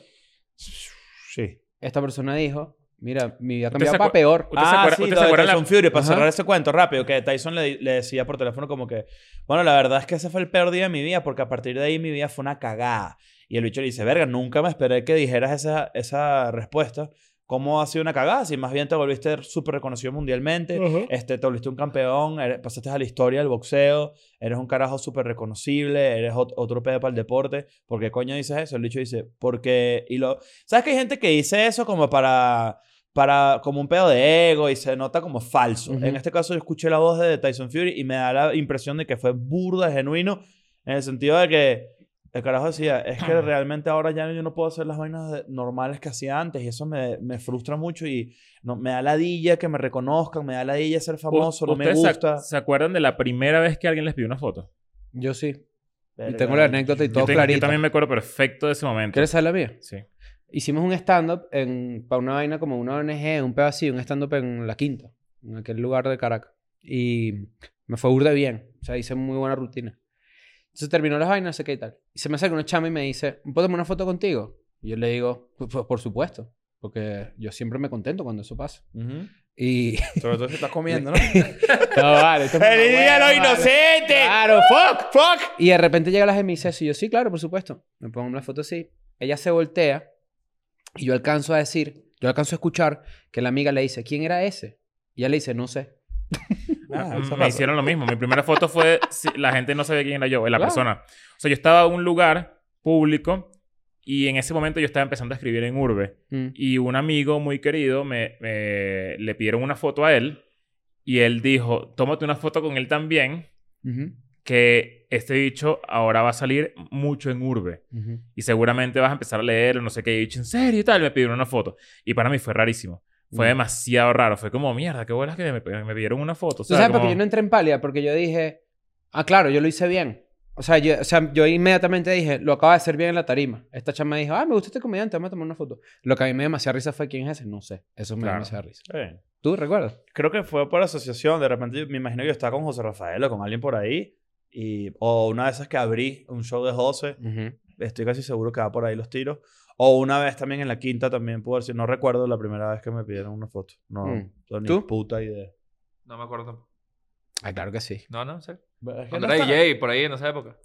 A: Sí.
B: Esta persona dijo, mira, mi vida ha
C: ¿Usted
B: cambiado
C: se
B: para
C: acuer-
B: peor.
C: ¿Usted se
A: ah,
C: acuerda-
A: sí,
C: usted
A: lo
C: se
A: de
C: acuerda la-
A: Tyson Fury, para
B: Ajá.
A: cerrar ese cuento rápido, que Tyson le, le decía por teléfono como que, bueno, la verdad es que ese fue el peor día de mi vida, porque a partir de ahí mi vida fue una cagada. Y el bicho le dice, verga, nunca me esperé que dijeras esa, esa respuesta. ¿Cómo ha sido una cagada? Si más bien te volviste súper reconocido mundialmente, este, te volviste un campeón, eres- pasaste a la historia del boxeo, eres un carajo súper reconocible, eres ot- otro pedo para el deporte. ¿Por qué coño dices eso? El dicho dice, porque... Y lo, ¿Sabes que hay gente que dice eso como para... para como un pedo de ego y se nota como falso.
B: Ujú.
A: En este caso yo escuché la voz de Tyson Fury y me da la impresión de que fue burda, genuino, en el sentido de que el carajo decía, es que realmente ahora ya yo no puedo hacer las vainas de- normales que hacía antes y eso me, me frustra mucho y no, me da ladilla que me reconozcan, me da ladilla ser famoso, no me
C: ¿Ustedes se ac-
A: gusta.
C: Se, acuerdan de la primera vez que alguien les pidió una foto?
B: Yo sí. Y
A: Verga.
B: tengo la anécdota y
C: Yo,
B: todo
C: te- yo
B: clarito.
C: también me acuerdo perfecto de ese momento.
B: ¿Quieres saber la mía?
C: Sí.
B: Hicimos un stand-up en- para una vaina como una ONG, un pedo así, un stand-up en La Quinta, en aquel lugar de Caracas. Y me fue burda bien. O sea, hice muy buena rutina. Entonces terminó las vainas, no sé qué y tal. Y se me acerca una chama y me dice, ¿puedo tomar una foto contigo? Y yo le digo, "Pues, pues, por supuesto. Porque yo siempre me contento cuando eso pasa.
A: Ujú.
B: Y...
A: Sobre todo si estás comiendo, ¿no?
B: no, vale. esto es
A: ¡Feliz
B: una
A: día a los
B: hueva, vale.
A: inocentes!
B: Claro, fuck, fuck. Y de repente llega la gente y me dice eso. Y yo, sí, claro, por supuesto. Me pongo una foto así. Ella se voltea y yo alcanzo a decir, yo alcanzo a escuchar que la amiga le dice, ¿quién era ese? Y ella le dice, no sé.
A: Ah, eso
C: me
A: pasa.
C: hicieron lo mismo. Mi primera foto fue... si- la gente no sabía quién era yo, eh, la
B: Claro.
C: persona. O sea, yo estaba en un lugar público y en ese momento yo estaba empezando a escribir en Urbe.
B: Mm.
C: Y un amigo muy querido me, me- le pidieron una foto a él y él dijo, tómate una foto con él también,
B: Ujú,
C: que este bicho ahora va a salir mucho en urbe
B: ujú.
C: y seguramente vas a empezar a leerlo, no sé qué, y dicho, en serio y tal, me pidieron una foto. Y para mí fue rarísimo. Fue
B: Mm.
C: demasiado raro. Fue como, mierda, qué bolas que me, me pidieron una foto.
B: ¿Tú sabes por
C: como-
B: qué yo no entré en pálida? Porque yo dije, ah, claro, yo lo hice bien. O sea, yo, o sea, yo inmediatamente dije, lo acaba de hacer bien en la tarima. Esta chama dijo, ah, me gusta este comediante, vamos a tomar una foto. Lo que a mí me dio demasiada risa fue, ¿quién es ese? No sé. Eso me dio
C: Claro.
B: demasiada risa.
A: Está bien.
B: ¿Tú recuerdas?
A: Creo que fue por asociación. De repente yo- me imagino que yo estaba con José Rafael o con alguien por ahí. Y, o una de esas que abrí un show de José. Estoy casi seguro que va por ahí los tiros. O una vez también en la quinta también pudo decir. No recuerdo la primera vez que me pidieron una foto. No,
B: Mm.
A: no, ni
B: ¿Tú?
A: puta idea.
D: No me acuerdo tampoco.
B: Ah, claro que sí.
D: No, no, en serio.
A: Es que
D: Cuando
A: no
D: era
B: eh.
A: está-
D: DJ, por ahí en esa época.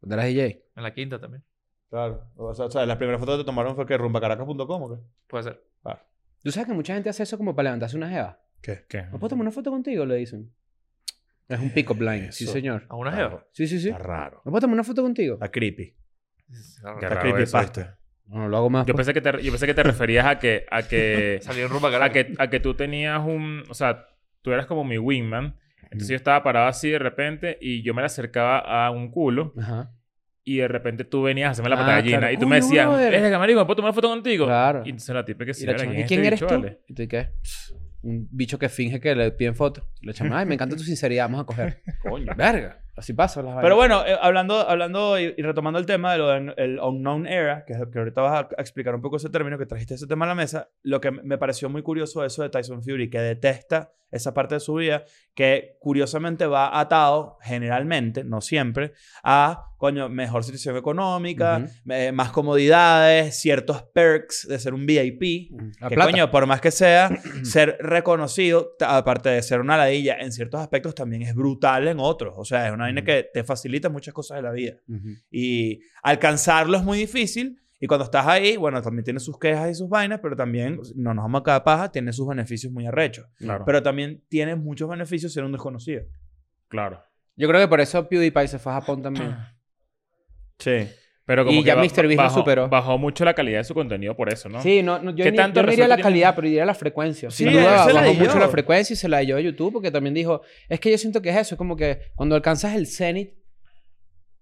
B: ¿Cuándo eras DJ?
D: En la quinta también.
A: Claro. O sea, o sea, las primeras fotos que te tomaron fue que rumbacaracas.com o qué?
D: Puede ser.
A: Claro.
B: ¿Tú sabes que mucha gente hace eso como para levantarse una jeva?
C: ¿Qué?
B: ¿No puedo tomar una foto contigo? Le dicen. Es un pick-up line.
A: Eh,
B: Sí,
A: Eso. Ah,
B: señor.
D: ¿A una
A: Claro.
D: jeva?
B: Sí, sí, sí.
A: Está
B: ¿No
A: raro.
B: puedo tomar una foto contigo?
A: Está creepy.
C: Qué
A: Está
C: raro eso,
A: creepypasta.
B: No, lo hago más.
C: Yo
B: pues.
C: pensé que te, yo pensé que te referías a que, a que,
D: Salí en rumba
C: a
D: caraca.
C: que, a que tú tenías un, o sea, tú eras como mi wingman. Entonces yo estaba parado así de repente y yo me le acercaba a un culo
B: Ajá.
C: y de repente tú venías a hacerme la
B: Ah,
C: pantalla llena
B: claro.
C: y tú me
B: Coño,
C: decías,
B: brother.
C: "Verga, marico, ¿puedo tomar una foto contigo?"
B: Claro.
C: Y entonces la tipa que
B: Y
C: sí,
B: la
C: era,
B: chama,
C: ¿quién,
B: ¿y
C: es
B: quién
C: este
B: eres
C: bicho,
B: tú?
A: ¿eh?
C: vale?
B: ¿Y tú qué? Pss, Un bicho que finge que le piden foto. Y la chama, ay, me encanta tu sinceridad, vamos a coger.
A: Coño.
B: Verga. Así pasa las
A: Pero
B: vainas.
A: bueno, eh, hablando, hablando y, y retomando el tema de lo del el unknown era, que, es- que ahorita vas a, a explicar un poco ese término, que trajiste ese tema a la mesa, lo que m- me pareció muy curioso eso de Tyson Fury, que detesta esa parte de su vida, que curiosamente va atado generalmente, no siempre, a, coño, mejor situación económica,
B: Ujú.
A: eh, más comodidades, ciertos perks de ser un VIP.
B: La
A: que
B: plata.
A: coño, por más que sea, ser reconocido, t- aparte de ser una ladilla, en ciertos aspectos también es brutal en otros. O sea, es una vaina
B: Ujú.
A: que te facilita muchas cosas de la vida.
B: Ujú.
A: Y alcanzarlo es muy difícil. Y cuando estás ahí, bueno, también tiene sus quejas y sus vainas, pero también, no nos vamos a cada paja, tiene sus beneficios muy arrechos.
C: Claro.
A: Pero también tiene muchos beneficios ser un desconocido.
C: claro.
B: Yo creo que por eso PewDiePie se fue a Japón también.
A: Sí.
C: Pero como
B: Y
C: que
B: ya
C: ba-
B: Mr. Beast lo
C: bajó,
B: superó.
C: bajó mucho la calidad de su contenido por eso, ¿no?
B: Sí, no, no, yo,
C: ¿Qué
B: ni-
C: tanto
B: yo no diría
C: resuelto
B: la
C: tiene?
B: calidad, pero diría la frecuencia.
A: Sí,
B: Sin duda,
A: se la
B: bajó
A: dio.
B: mucho la frecuencia y se la dio a YouTube porque también dijo, es que yo siento que es eso, es como que cuando alcanzas el cenit,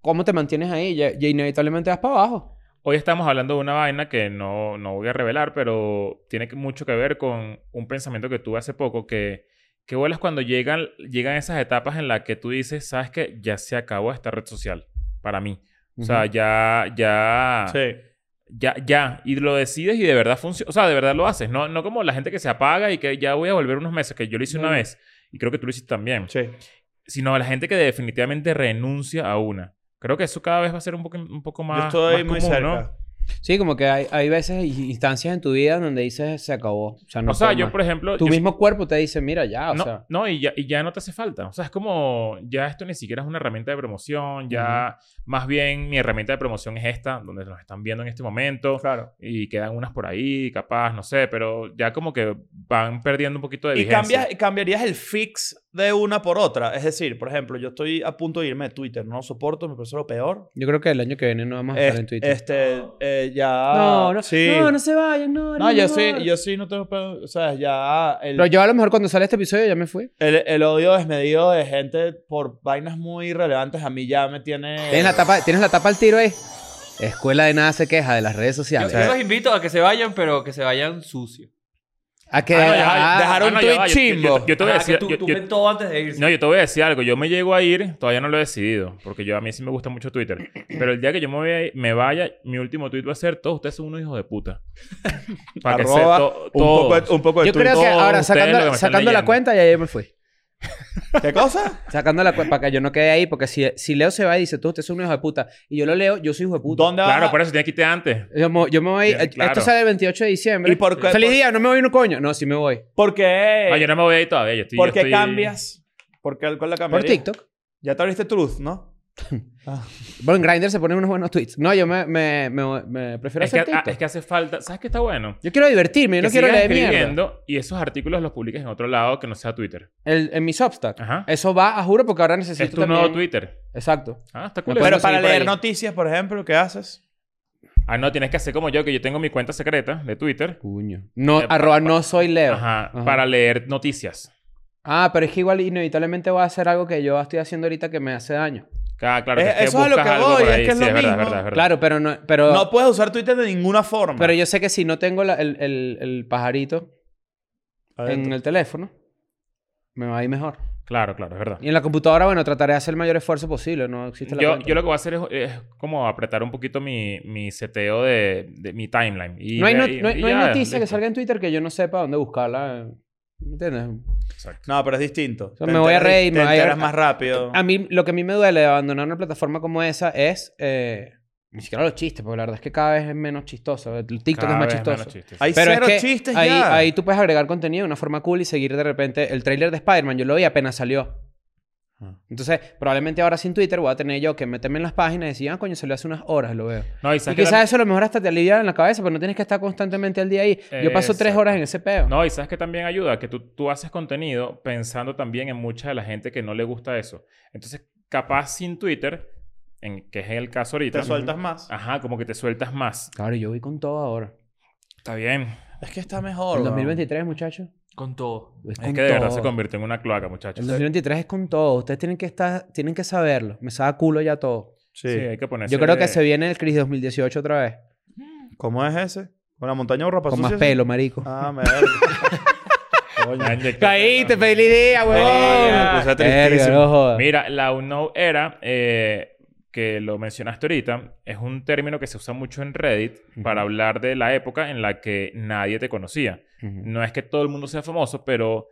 B: ¿cómo te mantienes ahí? Ya, ya inevitablemente vas para abajo.
C: Hoy estamos hablando de una vaina que no, no voy a revelar, pero tiene que- mucho que ver con un pensamiento que tuve hace poco que... ¿Qué vuelas cuando llegan, llegan esas etapas en las que tú dices, sabes que ya se acabó esta red social? Para mí. O sea,
B: Ujú.
C: ya, ya,
A: Sí.
C: ya, ya. Y lo decides y de verdad funciona. O sea, de verdad lo haces. No, no como la gente que se apaga y que ya voy a volver unos meses, que yo lo hice una
B: No.
C: vez. Y creo que tú lo hiciste también.
A: Sí.
C: Sino a la gente que definitivamente renuncia a una. Creo que eso cada vez va a ser un poco, un poco más.
A: Yo estoy
C: más
A: muy
C: común, ¿no?
A: cerca.
B: Sí, como que hay, hay veces y- instancias en tu vida donde dices se acabó. O sea, no
C: o sea,
B: puedo
C: yo,
B: más.
C: por ejemplo.
B: Tu
C: yo-
B: mismo cuerpo te dice, mira, ya, o
C: no,
B: sea.
C: no, y ya, y ya no te hace falta. O sea, es como, ya esto ni siquiera es una herramienta de promoción, ya más bien mi herramienta de promoción es esta, donde nos están viendo en este momento,
A: Claro.
C: y quedan unas por ahí, capaz, no sé, pero ya como que van perdiendo un poquito de
A: Y
C: vigencia.
A: cambias- cambiarías el fix de una por otra. Es decir, por ejemplo, yo estoy a punto de irme de Twitter. No lo soporto, me parece lo peor.
B: Yo creo que el año que viene no vamos a
A: Es-
B: Ah, estar en Twitter.
A: Este, eh, ya...
B: no, no,
A: sí.
B: no, no se vayan, no.
A: No, yo
B: no.
A: sí, yo sí no tengo... pedo. O sea, ya... El,
B: Pero yo a lo mejor cuando sale este episodio ya me fui.
A: el- el odio desmedido de gente por vainas muy irrelevantes a mí ya me tiene...
B: Tienes la tapa, tienes la tapa al tiro ahí. Escuela de nada se queja de las redes
D: Yo,
B: sociales.
D: yo los invito a que se vayan, pero que se vayan sucio.
B: A que
C: Ah, no, ya va,
B: ah,
A: dejar un
C: ya va,
A: tuit
C: yo- yo-
A: chimbo.
C: Yo, yo te voy a
D: Ajá, que
C: decir,
D: tú,
C: yo-
D: tú
C: yo-
D: ven todo antes de irse.
C: no, yo te voy a decir algo. Yo me llego a ir, todavía no lo he decidido, porque yo a mí sí me gusta mucho Twitter. Pero el día que yo me, voy a ir- me vaya, mi último tweet va a ser: todos ustedes son unos hijos de puta. Para que
A: Arroba,
C: sepa
A: un poco, de- un poco de
B: Yo
A: tuit.
B: creo que
C: todos
B: ahora
C: ustedes lo que
B: sacando,
C: me están
B: sacando la
C: leyendo.
B: cuenta ya yo me fui.
A: ¿Qué cosa?
B: Sacando la cuenta para que yo no quede ahí, porque si, si Leo se va y dice, tú, usted es un hijo de puta, y yo lo leo, yo soy hijo de puta.
A: ¿Dónde
C: Claro,
A: vas? a-
C: por eso tienes que irte antes.
B: Yo me, yo me voy,
C: Bien,
B: eh,
C: claro.
B: esto sale el 28 de diciembre.
A: ¿Y por qué-
B: Feliz
A: por-
B: día, no me voy un coño. No, sí me voy.
A: ¿Por qué?
C: Ah, yo no me voy a ir todavía. Yo estoy, yo
A: Eh, ¿Por qué
C: estoy-
A: cambias? ¿Por qué cuál la
B: Por
A: cambiarías?
B: TikTok.
A: Ya te abriste Truth, ¿no?
B: Bueno, en Grindr se ponen unos buenos tweets. No, yo me, me, me, me prefiero
C: Es que,
B: hacer
C: ah,
B: TikTok.
C: es que hace falta. ¿Sabes qué está bueno?
B: Yo quiero divertirme, yo no
C: Que
B: quiero
C: sigas
B: leer mierda.
C: escribiendo y esos artículos los publiques en otro lado que no sea Twitter.
B: El- en mi Substack.
C: Ajá.
B: Eso va, a juro, porque ahora Eh, necesito
C: Es tu nuevo
B: también-
C: Twitter.
B: Exacto.
C: Ah, está
B: Me
C: cool.
B: puedo
A: Pero
B: seguir
A: para
B: por
A: leer
B: ahí.
A: noticias, por ejemplo, ¿qué haces?
C: Ah, no, tienes que hacer como yo, que yo tengo mi cuenta secreta de Twitter.
B: Cuño. No,
C: Eh, pa-
B: arroba
C: pa-
B: no soy Leo.
C: Ajá,
B: Ajá.
C: Para leer noticias.
B: Ah, pero es que igual inevitablemente voy a hacer algo que yo estoy haciendo ahorita que me hace daño.
C: Ah, claro,
A: Eh,
C: que es que
A: eso es a lo
C: buscas
A: que
C: algo
A: voy,
C: por
A: es
C: ahí.
A: que es
C: Sí,
A: lo
C: verdad,
A: mismo.
C: verdad, verdad.
B: Claro, pero no, pero,
A: No puedes usar Twitter de ninguna forma.
B: pero yo sé que si no tengo la- el, el- el pajarito en
A: Adentro.
B: el teléfono, me va a ir mejor.
C: Claro, claro, es verdad.
B: Y en la computadora, bueno, trataré de hacer el mayor esfuerzo posible. No existe la
C: Yo,
B: cuenta.
C: yo lo que voy a hacer es, es como apretar un poquito mi, mi seteo de, de mi timeline. Y
B: no hay,
C: ve-
B: no,
C: y-
B: no hay-
C: y
B: no hay
C: ya,
B: noticia que
C: listo.
B: salga en Twitter que yo no sepa dónde buscarla. eh, ¿Me entiendes?
C: Exacto.
A: No, pero es distinto.
B: sea, me voy a
A: enteras-
B: reír, me
A: Te
B: voy a Ah, ir-
A: enteras más rápido.
B: A mí, lo que a mí me duele de abandonar una plataforma como esa es... eh, ni siquiera los chistes, porque la verdad es que cada vez es menos chistoso. El TikTok
C: Cada
B: es más
C: vez
B: chistoso.
C: menos chistes.
A: Hay
B: Pero
A: cero
B: es que
A: chistes
B: ahí,
A: ya.
B: ahí tú puedes agregar contenido de una forma cool y seguir de repente el tráiler de Spider-Man. Yo lo vi apenas salió.
C: Ajá.
B: Entonces, probablemente ahora sin Twitter voy a tener yo que meterme en las páginas y decir, ah, coño, salió hace unas horas, lo veo.
C: No, y
B: Y
C: sabes que
B: quizás
C: tam-
B: eso a lo mejor hasta te alivia en la cabeza, pero no tienes que estar constantemente al día ahí. Yo paso tres
C: Exacto.
B: horas en ese peo.
C: no, y sabes que también ayuda que tú, tú haces contenido pensando también en mucha de la gente que no le gusta eso. Entonces, capaz sin Twitter, en, que es el caso ahorita.
A: Te sueltas
B: Ah.
A: más.
C: Ajá, como que te sueltas más.
B: Claro, yo voy con todo ahora.
C: Está bien.
A: Es que está mejor.
B: El
A: weón.
B: 2023, muchachos.
D: Con todo.
B: Es,
C: Es
B: con
C: que de verdad
B: todo.
C: se convirtió en una cloaca, muchachos.
B: El 2023 es con todo. Ustedes tienen que estar, tienen que saberlo. Me sabe a culo ya todo.
C: Sí,
A: Sí.
C: hay que ponerse.
B: Yo creo que se viene el Cris 2018 otra vez.
A: ¿Cómo es ese? ¿Con la montaña o ropa
B: Con más
A: sucia?
B: pelo, marico.
A: Ah, me da- Coño.
C: Ya inyectaste
B: Caíste,
C: la-
B: feliz día,
A: ya, me
B: huevón.
A: puse
B: Verga,
A: tristísimo.
B: no jodas.
C: Mira, la Unknown Era, eh, que lo mencionaste ahorita, es un término que se usa mucho en Reddit para hablar de la época en la que nadie te conocía.
B: Ujú.
C: No es que todo el mundo sea famoso, pero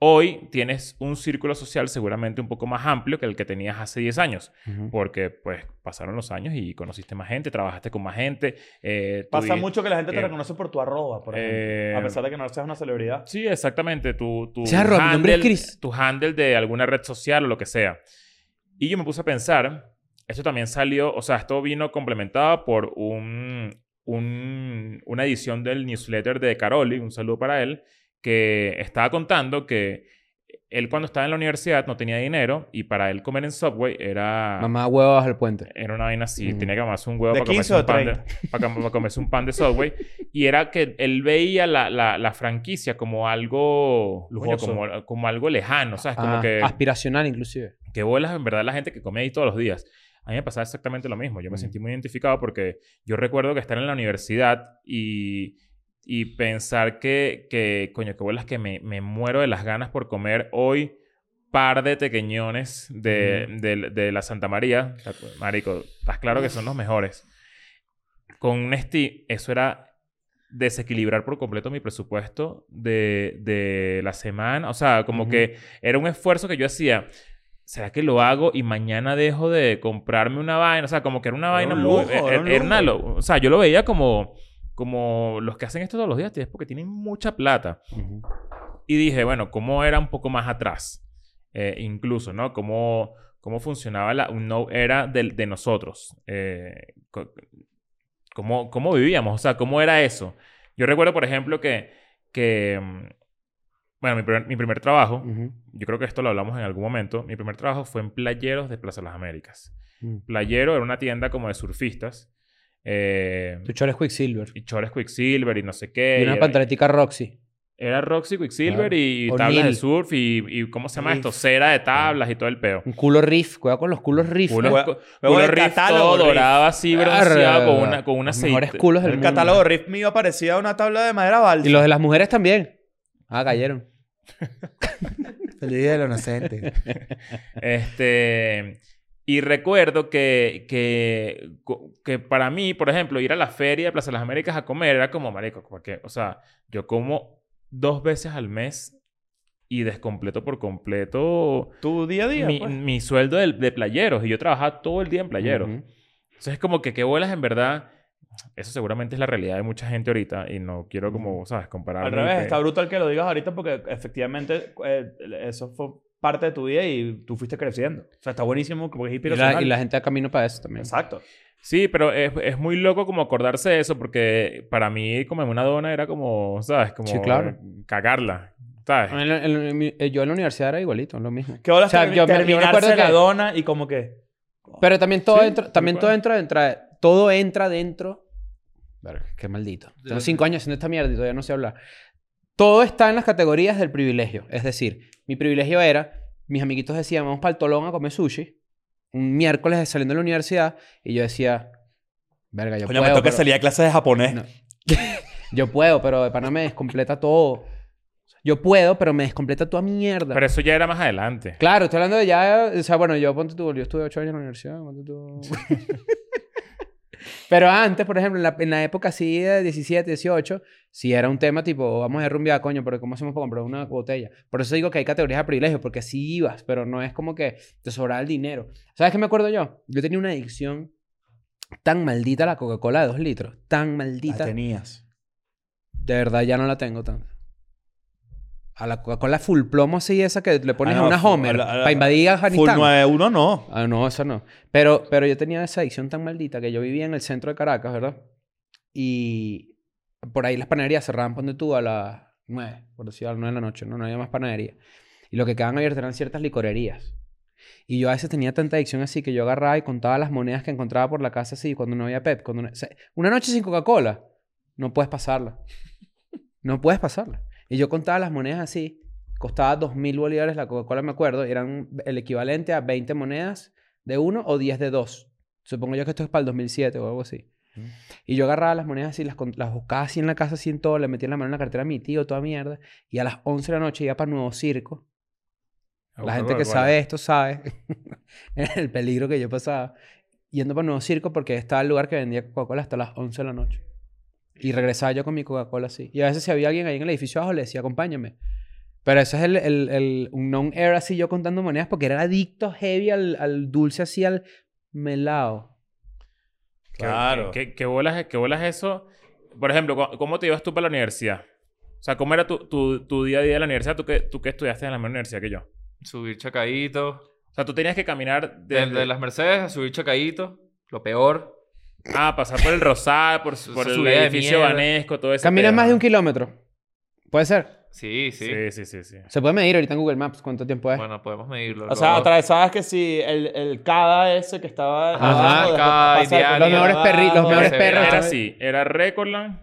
C: hoy tienes un círculo social seguramente un poco más amplio que el que tenías hace 10 años,
B: Ujú.
C: porque pues pasaron los años y conociste más gente, trabajaste con más gente. eh,
A: Pasa
C: tuviste-
A: mucho que la gente te
C: eh,
A: reconoce por tu arroba, por ejemplo.
C: eh,
A: a pesar de que no seas una celebridad.
C: Sí, exactamente. Tu, tu,
B: Sí, arroba, mi nombre es Chris.
C: tu handle de alguna red social o lo que sea. Y yo me puse a pensar, esto también salió, o sea, esto vino complementado por un, un- una edición del newsletter de Caroli, un saludo para él, que estaba contando que él cuando estaba en la universidad no tenía dinero y para él comer en Subway era...
B: Mamá huevo bajo el puente.
C: Era una vaina así,
B: Ujú.
C: tenía que amarse un huevo
A: ¿De
C: para
A: 15
C: comerse,
A: o
C: un pan de, para, com- para comerse un pan de Subway. Y era que él veía la, la, la franquicia como algo coño,
A: Lujoso.
C: como, como algo lejano, ¿sabes? Como
B: Ah,
C: que,
B: Aspiracional, inclusive.
C: que bolas en verdad la gente que come ahí todos los días. A mí me pasaba exactamente lo mismo. Yo me
B: Mm.
C: sentí muy identificado porque yo recuerdo que estar en la universidad y, y pensar que, que, coño, que bolas que me, me muero de las ganas por comer hoy par de tequeñones de, de- de la Santa María. pues, Marico, estás claro que son los mejores. Con un esti, eso era desequilibrar por completo mi presupuesto de, de la semana. O sea, como
B: Ujú.
C: que era un esfuerzo que yo hacía. ¿Será que lo hago y mañana dejo de comprarme una vaina? O sea, como que era una
A: Era
C: vaina
A: un
C: muy...
A: lujo,
C: eh,
A: era un
C: era una
A: lujo.
C: lo- o sea, yo lo veía como, como los que hacen esto todos los días, tío, es porque tienen mucha plata. Y dije, bueno, ¿cómo era un poco más atrás? Eh, incluso, ¿no? ¿Cómo, cómo funcionaba la no era del- de, nosotros? Eh, co- ¿cómo, ¿Cómo vivíamos? O sea, ¿cómo era eso? Yo recuerdo, por ejemplo, que... que mm, bueno, mi primer, mi primer trabajo,
B: Ujú.
C: yo creo que esto lo hablamos en algún momento, mi primer trabajo fue en Playeros de Plaza Las Américas.
B: Mm.
C: Playero era una tienda como de surfistas. eh,
B: Tu chor es Quicksilver.
C: y chores Quicksilver y no sé qué.
B: y
C: y
B: una
C: era-
B: pantaletica Roxy.
C: era Roxy Quicksilver
B: Claro.
C: y
B: O
C: tablas de
B: Neil.
C: surf y, y ¿cómo se llama
A: Riff.
C: esto? Cera de tablas y todo el peo.
B: Un culo riff. Cuidado con los culos riff.
C: Culo,
A: Hue-
B: ¿eh?
C: cu-
A: huevo
C: culo
A: de
C: riff
A: catálogo,
C: todo
A: riff.
C: dorado así bronceado
B: Arre,
C: con una, con una
B: Los mejores culos del
A: El
B: mundo.
A: catálogo de Riff mío parecía una tabla de madera balsa.
B: Y los de las mujeres también. Ah, cayeron.
A: El día de lo inocente.
C: Este, y recuerdo que, que, que para mí, por ejemplo, ir a la feria de Plaza de las Américas a comer era como marico, porque, o sea, yo como dos veces al mes y descompleto por completo
A: tu día a día,
C: mi,
A: pues.
C: mi sueldo del- de, playeros y yo trabajaba todo el día en playeros.
B: Ujú.
C: Entonces es como que qué bolas en verdad. Eso seguramente es la realidad de mucha gente ahorita y no quiero como, ¿sabes? Comparar.
A: Al revés, está brutal que lo digas ahorita porque efectivamente eh, eso fue parte de tu vida y tú fuiste creciendo. O sea, está buenísimo porque es
B: Y,
A: inspiracional.
B: la, y la gente a camino para eso también.
A: Exacto.
C: Sí, pero es, es muy loco como acordarse de eso porque para mí como en una dona era como, ¿sabes? Como
B: Sí, claro.
C: eh, cagarla, ¿sabes?
B: En la- en la- en- yo en la universidad era igualito, lo mismo.
A: Que ahora
B: O sea,
A: termi-
B: yo me- yo me
A: terminarse
B: acuerdo que-
A: la dona y como que...
B: Pero también todo
C: Sí,
B: entra,
C: tal
B: también todo
C: cual.
B: entra, entra- todo entra dentro. Verga, qué maldito. Tengo cinco años haciendo esta mierda y todavía no sé hablar. Todo está en las categorías del privilegio. Es decir, mi privilegio era, mis amiguitos decían, vamos para el Tolón a comer sushi. Un miércoles saliendo de la universidad y yo decía, verga, yo
A: Coño, me
B: puedo.
A: toca
B: pero-
A: salir a clases de japonés.
B: No. Yo puedo, pero de pana me descompleta todo. Yo puedo, pero me descompleta toda mierda.
C: Pero eso ya era más adelante.
B: Claro, estoy hablando de ya. O sea, bueno, yo ponte tú, yo estuve ocho años en la universidad, ponte tú. Pero antes, por ejemplo, en la, en la época así de 17, 18, si era un tema tipo, vamos a rumbear, coño, pero ¿cómo hacemos para comprar una botella? Por eso digo que hay categorías de privilegio, porque así ibas, pero no es como que te sobraba el dinero. ¿Sabes qué me acuerdo yo? Yo tenía una adicción tan maldita a la Coca-Cola de dos litros, tan
A: La
B: maldita.
A: tenías.
B: De verdad ya no la tengo tanto. A la Coca-Cola full plomo así, esa que le pones
A: Ah,
B: a
A: no,
B: una
A: full-
B: Homer
A: a la- a la-
B: para invadir
A: Full
B: Afganistán.
A: 9-1 no.
B: Ah, no, eso no. Pero, pero yo tenía esa adicción tan maldita que yo vivía en el centro de Caracas, ¿verdad? Y por ahí las panaderías cerraban, ponte tú, a las 9, por decir a las 9 de la noche, ¿no? No había más panadería. Y lo que quedaban abiertas eran ciertas licorerías. Y yo a veces tenía tanta adicción así que yo agarraba y contaba las monedas que encontraba por la casa así cuando no había Pep. Cuando no- o sea, una noche sin Coca-Cola, no puedes pasarla. No puedes pasarla. Y yo contaba las monedas así. Costaba 2.000 bolívares la Coca-Cola, me acuerdo. y Eran el equivalente a 20 monedas de uno o 10 de dos. Supongo yo que esto es para el 2007 o algo así. Y yo agarraba las monedas así, las, con- las buscaba así en la casa, así en todo. Le metía la mano en la cartera a mi tío, toda mierda. Y a las 11 de la noche iba para Nuevo Circo. La gente que sabe esto sabe el peligro que yo pasaba yendo para Nuevo Circo porque estaba el lugar que vendía Coca-Cola hasta las 11 de la noche. Y regresaba yo con mi Coca-Cola así. Y a veces si había alguien ahí en el edificio abajo le decía, acompáñame. Pero eso es el, el, el- un non-air así yo contando monedas porque era adicto heavy al, al dulce así, al melado.
C: ¿Qué-
A: Claro.
C: ¿Qué, qué- qué bolas, qué bolas eso? Por ejemplo, ¿cómo- ¿cómo te ibas tú para la universidad? O sea, ¿cómo era tu, tu, tu día a día de la universidad? ¿Tú que, tú que estudiaste en la misma universidad que yo? O
D: Subir chacadito.
C: sea, tú tenías que caminar desde...
D: Desde las Mercedes a subir chacadito. Lo peor.
C: Ah, pasar por el Rosal, por,
D: Su-
C: por
D: su
C: el
D: subida de
C: edificio
D: mierda.
C: Banesco, todo eso.
B: Caminas más de un kilómetro. ¿Puede ser?
D: Sí, sí.
C: Sí, sí, sí, sí.
B: Se puede medir ahorita en Google Maps cuánto tiempo es.
D: Bueno, podemos medirlo.
A: O sea,
D: luego.
A: atravesabas que si el, el cada ese que estaba...
B: Ajá.
A: abajo, después
D: Cada
A: pasar por
D: ideal.
A: la
D: Los
A: de ah,
B: mejores perri- los
C: ah,
A: abajo,
B: mejores
A: ese-
B: perros.
C: Era
B: ¿sabes?
C: así. Era Recordland,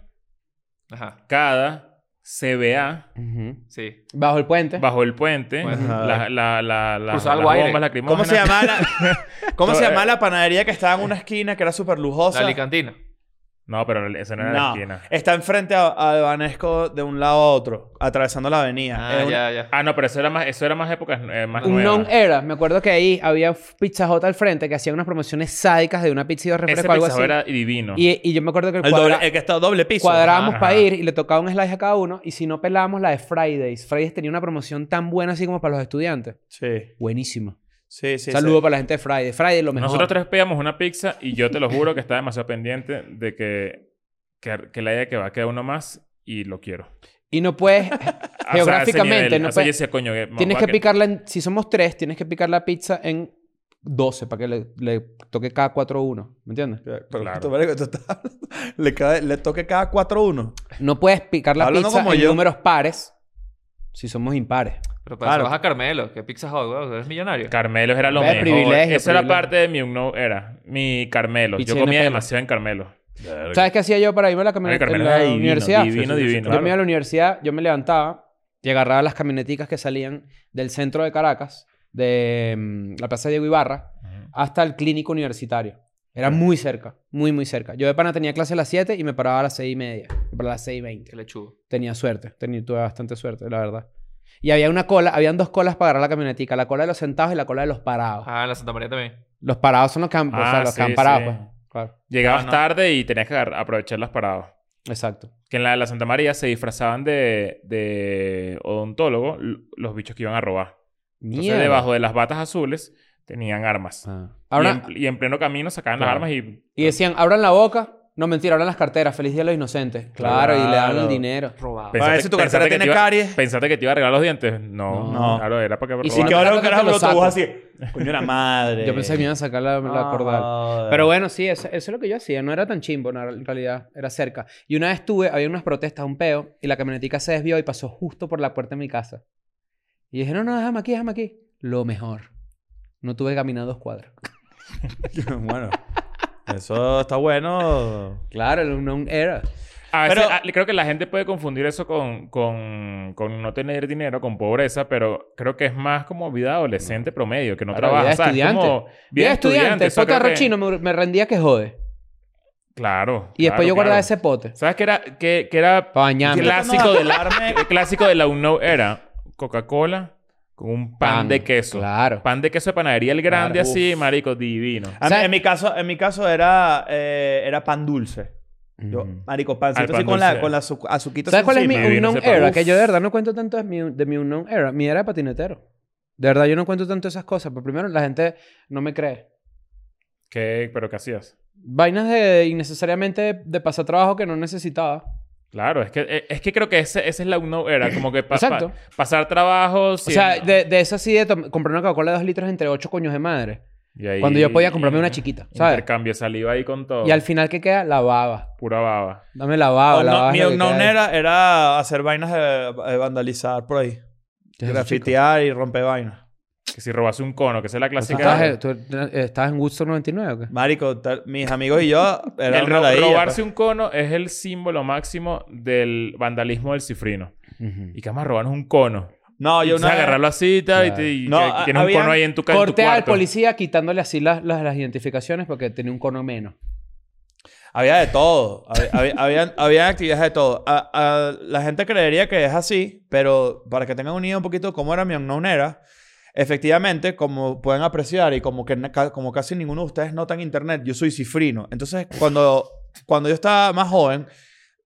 D: Ajá.
C: Cada, se vea
B: Ujú.
D: Sí.
B: Bajo el puente.
C: bajo el puente
D: Bueno.
C: la, la, la, la,
D: Cruzar
C: las
D: Guaire.
C: bombas
A: ¿Cómo
C: lacrimógenas.
A: se llamaba la, ¿cómo se
C: No, eh.
A: llamaba la panadería que estaba en una esquina que era súper lujosa?
D: la Alicantina.
C: No, pero esa no era la
A: No,
C: esquina.
A: está enfrente a, a Banesco de un lado a otro, atravesando la avenida.
D: Ah,
A: Es un-
D: ya, ya.
C: Ah, no, pero eso era más, eso era más épocas eh, más
B: Un
C: nuevas.
B: non era. Me acuerdo que ahí había Pizza Hut al frente que hacía unas promociones sádicas de una pizza y dos
C: Ese
B: refrescos o algo
C: pizza
B: así.
C: Hut era divino.
B: Y, y yo me acuerdo que
A: El,
B: cuadra-
A: doble- el que está doble piso.
B: cuadrábamos
C: Ajá.
B: para ir y le tocaba un slice a cada uno. Y si no pelábamos la de Fridays. Fridays tenía una promoción tan buena así como para los estudiantes.
A: Sí,
B: Buenísima.
A: sí, sí.
B: Saludo
A: sí.
B: para la gente de Fridays. Fridays lo mejor.
C: Nosotros tres pedíamos una pizza y yo te lo juro que estaba demasiado pendiente de que, que, que la idea que va a quedar uno más y lo quiero.
B: Y no puedes...
C: O sea,
B: Geográficamente,
C: a ese nivel.
B: no
C: O sea,
B: puede-
C: yo decía, coño, me
B: tienes
C: voy a
B: que
C: quedar-
B: picarla en... Si somos tres, tienes que picar la pizza en 12 para que le, le toque cada cuatro uno. ¿Me entiendes?
A: Pero,
C: Claro.
A: tú, marico, tú estás hablando- le, cae- le toque cada 4-1.
B: No puedes picar la
A: Hablando
B: pizza
A: como
B: en
A: yo.
B: números pares si somos impares.
D: Pero para
A: Claro.
D: eso vas a Carmelo, que Pizza Hut, weón, eres millonario.
C: Carmelo era lo
B: Ve,
C: mejor.
B: privilegio,
C: Esa era
B: privilegio.
C: parte de mi no era. Mi Carmelo.
B: Pizza
C: yo
B: llena de
C: comía
B: pelo.
C: demasiado en Carmelo.
B: ¿Sabes qué hía yo para irme a la
C: Ay,
B: camioneta en
C: Carmelo
B: la
C: era divino,
B: universidad?
C: divino,
A: Sí, sí, sí,
C: divino.
B: Yo me iba a la universidad, yo me levantaba y agarraba las camioneticas que salían del centro de Caracas, de mm, la Plaza Diego Ibarra,
C: Ujú.
B: hasta el clínico universitario. Era muy cerca, muy, muy cerca. Yo de pana tenía clase a las 7 y me paraba a las 6 y media, me paraba a las 6 y 20.
D: Qué lechuga.
B: Tenía suerte, tenía, tuve bastante suerte, la verdad. Y había una cola, habían dos colas para agarrar la camionetica, la cola de los sentados y la cola de los parados.
D: Ah, en la Santa María también.
B: Los parados son los que han, o sea,
C: Ah,
B: los que
C: sí,
B: han parado,
C: sí.
B: pues. Claro,
C: Llegabas
D: Ah, no.
C: tarde y tenías que agar- aprovechar las paradas.
B: exacto.
C: Que en la de la Santa María se disfrazaban de, de odontólogo l- los bichos que iban a robar. Entonces,
B: Mierda.
C: debajo de las batas azules tenían armas.
B: Ah.
C: Y
B: Ahora,
C: en pl- y, en, pleno camino sacaban las
B: Claro.
C: armas y...
B: Y decían, abran la boca. No, mentira, abran las carteras. Feliz Día de los Inocentes. Claro, y le dan
A: Claro.
B: el dinero.
D: Robado.
C: Pensaste-
A: a ver si tu
C: pensaste
A: cartera
C: que
A: tiene
C: te iba-
A: caries.
C: ¿Pensaste que te iba a regalar los dientes? No.
B: No.
C: Claro, era para que
B: Y
A: Y
B: Bueno,
A: que
C: robaran.
A: ahora
B: claro que
A: carajo
B: lo
A: lo
B: saco.
A: tuvo así. Coño, la madre.
B: Yo pensé que me iban a sacar la, la cordal.
A: Ah,
B: Pero bueno, sí, eso, eso es lo que yo hacía. No era tan chimbo, no, en realidad. Era cerca. Y una vez tuve, había unas protestas, un peo, y la camionetica se desvió y pasó justo por la puerta de mi casa. Y dije, no, no, déjame aquí, déjame aquí. Lo mejor. No tuve que caminar dos cuadras.
A: bueno, eso está bueno.
B: Claro, era un non era.
C: A veces,
A: Pero-
C: ah, creo que la gente puede confundir eso con, con, con no tener dinero, con pobreza, pero creo que es más como vida adolescente promedio, que no
B: Claro,
C: trabaja.
B: vida
C: o sea, es
B: estudiante.
C: como
B: Bien, estudiante, el
C: eso
B: pote
C: creo que-
B: arrochino me, me rendía que jode.
C: Claro.
B: Y después
C: claro,
B: yo guardaba
C: claro.
B: ese pote.
C: ¿Sabes qué era? Que, que era
B: Para
A: Ah,
B: bañarme.
C: Clásico de la-
A: alarme.
C: el clásico de la UNO era Coca-Cola con un pan, de queso.
B: Claro.
C: Pan de queso de panadería, el grande
A: Claro.
C: así, marico, divino.
A: A mí-
B: ¿Sabes?
A: en, mi caso, en mi caso era, eh, era pan dulce. Yo,
B: Ujú.
A: marico, pancito
C: Al pan
A: así con la,
C: dulce.
A: con la azu- azuquita
B: ¿Sabes cuál es mi
A: encima.
C: Divino
B: unknown
C: ese
B: era?
C: pavo.
B: Que yo de verdad no cuento tanto de mi, de mi unknown era. Mi era de patinetero. De verdad yo no cuento tanto esas cosas. Pero primero la gente no me cree.
C: ¿Qué, ¿Pero qué hacías?
B: Vainas de innecesariamente de pasatrabajo que no necesitaba.
C: Claro, es que, eh, es que creo que ese- esa es la UNO era, como que pa- pa-
B: Exacto.
C: pasar trabajos.
B: o sea, de, de eso así de tom- comprar una Coca-Cola de dos litros entre ocho coños de madre.
C: Y ahí-
B: Cuando yo podía
A: eh,
B: comprarme una chiquita, ¿sabes?
C: Intercambio, saliva ahí con todo.
B: Y al final, ¿qué queda? La baba.
C: Pura baba.
B: Dame la baba,
A: O
B: Ah, la
A: Oh, no-
B: baba. es
A: mi
B: lo que
A: unknown
B: queda ahí.
A: era, era hacer vainas de, de vandalizar por ahí.
B: ¿Qué es eso,
A: Grafitear y romper vainas.
C: Que si robase un cono, que esa es la
B: chico?
C: clásica.
B: ¿Tú estabas, en- tú eh, estabas en Woodstock 99 o qué?
A: Marico, tal- mis amigos y yo era
C: el
A: una
C: ro-
A: ladilla,
C: robarse
A: pues.
C: un cono es el símbolo máximo del vandalismo del cifrino. ¿Y qué más robarnos un cono?
A: pues. No, yo
C: Entonces,
A: una vez-
C: agarrarlo así y, tal, y te- y
A: No,
C: que-
A: a-
C: tienes un
A: habían
C: cono ahí en tu, ca- en tu
B: Corté al
C: cuarto.
B: policía quitándole así las, las, las identificaciones porque tenía un cono menos.
A: Había de todo. Había, había- habían- habían actividades de todo. A- a- la gente creería que es así, pero para que tengan una idea un poquito de cómo era mi unknown era, efectivamente, como pueden apreciar y como, que na- ca- como casi ninguno de ustedes nota en internet, yo soy cifrino. Entonces, cuando, cuando yo estaba más joven,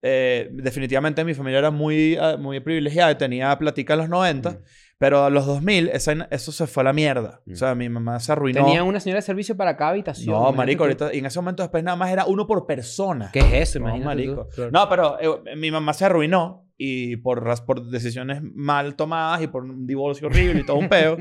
A: eh, definitivamente mi familia era muy, ah, muy privilegiada y tenía platica en los 90,
B: Mm.
A: pero a los 2000 esa- eso se fue a la mierda. O sea, mi mamá se arruinó.
B: Tenía una señora de servicio para cada habitación.
A: No,
B: imagínate
A: marico,
B: tú.
A: ahorita, y en ese momento después nada más era uno por persona.
B: ¿Qué es eso?
A: No,
B: Imagínate
A: marico.
B: tú. Claro.
A: No, pero eh, mi mamá se arruinó y por, raz- por decisiones mal tomadas y por un divorcio horrible y todo un peo.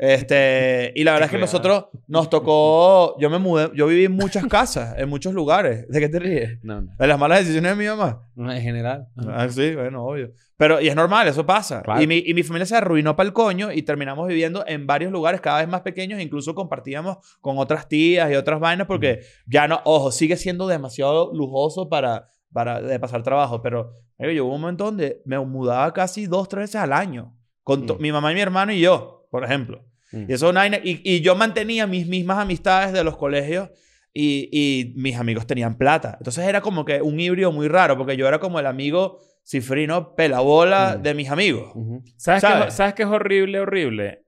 A: este, y la verdad es que
D: Qué
A: nosotros nos tocó, yo me mudé, yo viví en muchas casas, en muchos lugares. ¿De qué te ríes?
B: No, no.
A: De las malas decisiones de mi mamá.
B: No, en general.
A: Ah, sí, bueno, obvio. Pero, y es normal, eso pasa.
B: Claro.
A: Y, mi, y mi familia se arruinó para el coño y terminamos viviendo en varios lugares cada vez más pequeños. Incluso compartíamos con otras tías y otras vainas porque ya no, ojo, sigue siendo demasiado lujoso para para, de pasar trabajo, pero marico, yo hubo un momento donde me mudaba casi dos, tres veces al año, con to-
B: Mm.
A: mi mamá y mi hermano y yo, por ejemplo.
B: Mm.
A: Y, eso es una vaina- y, y yo mantenía mis mismas amistades de los colegios y, y mis amigos tenían plata. Entonces era como que un híbrido muy raro, porque yo era como el amigo cifrino pelabola
B: Mm.
A: de mis amigos.
B: Ujú.
C: ¿Sabes,
A: ¿Sabes?
C: Qué, es- ¿Sabes qué es horrible, horrible?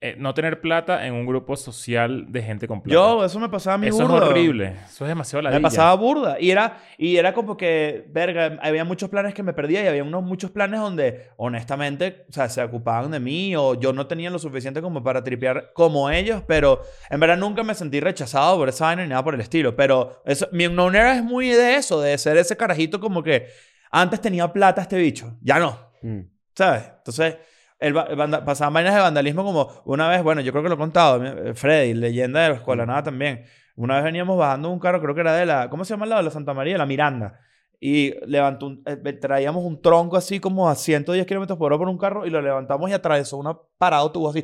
C: Eh, no tener plata en un grupo social de gente con plata.
A: Yo, eso me pasaba a mí
C: Eso
A: burda.
C: es horrible. Eso es demasiado
A: Me
C: ladilla.
A: pasaba burda. Y era, y era como que, verga, había muchos planes que me perdía y había unos muchos planes donde, honestamente, o sea, se ocupaban de mí o yo no tenía lo suficiente como para tripear como ellos, pero en verdad nunca me sentí rechazado por esa vaina ni nada por el estilo. Pero eso, mi nonera es muy de eso, de ser ese carajito como que antes tenía plata este bicho, ya no.
B: Mm.
A: ¿Sabes? Entonces, el, va- el vanda- pasaban vainas de vandalismo como una vez, bueno, yo creo que lo he contado, mi- eh, Freddy, leyenda de la escuela, nada también. Una vez veníamos bajando un carro, creo que era de la, ¿cómo se llama el lado? De la Santa María, de la Miranda. Y levantó un- eh, traíamos un tronco así como a 110 kilómetros por hora por un carro y lo levantamos y atravesó una parada tuvo así.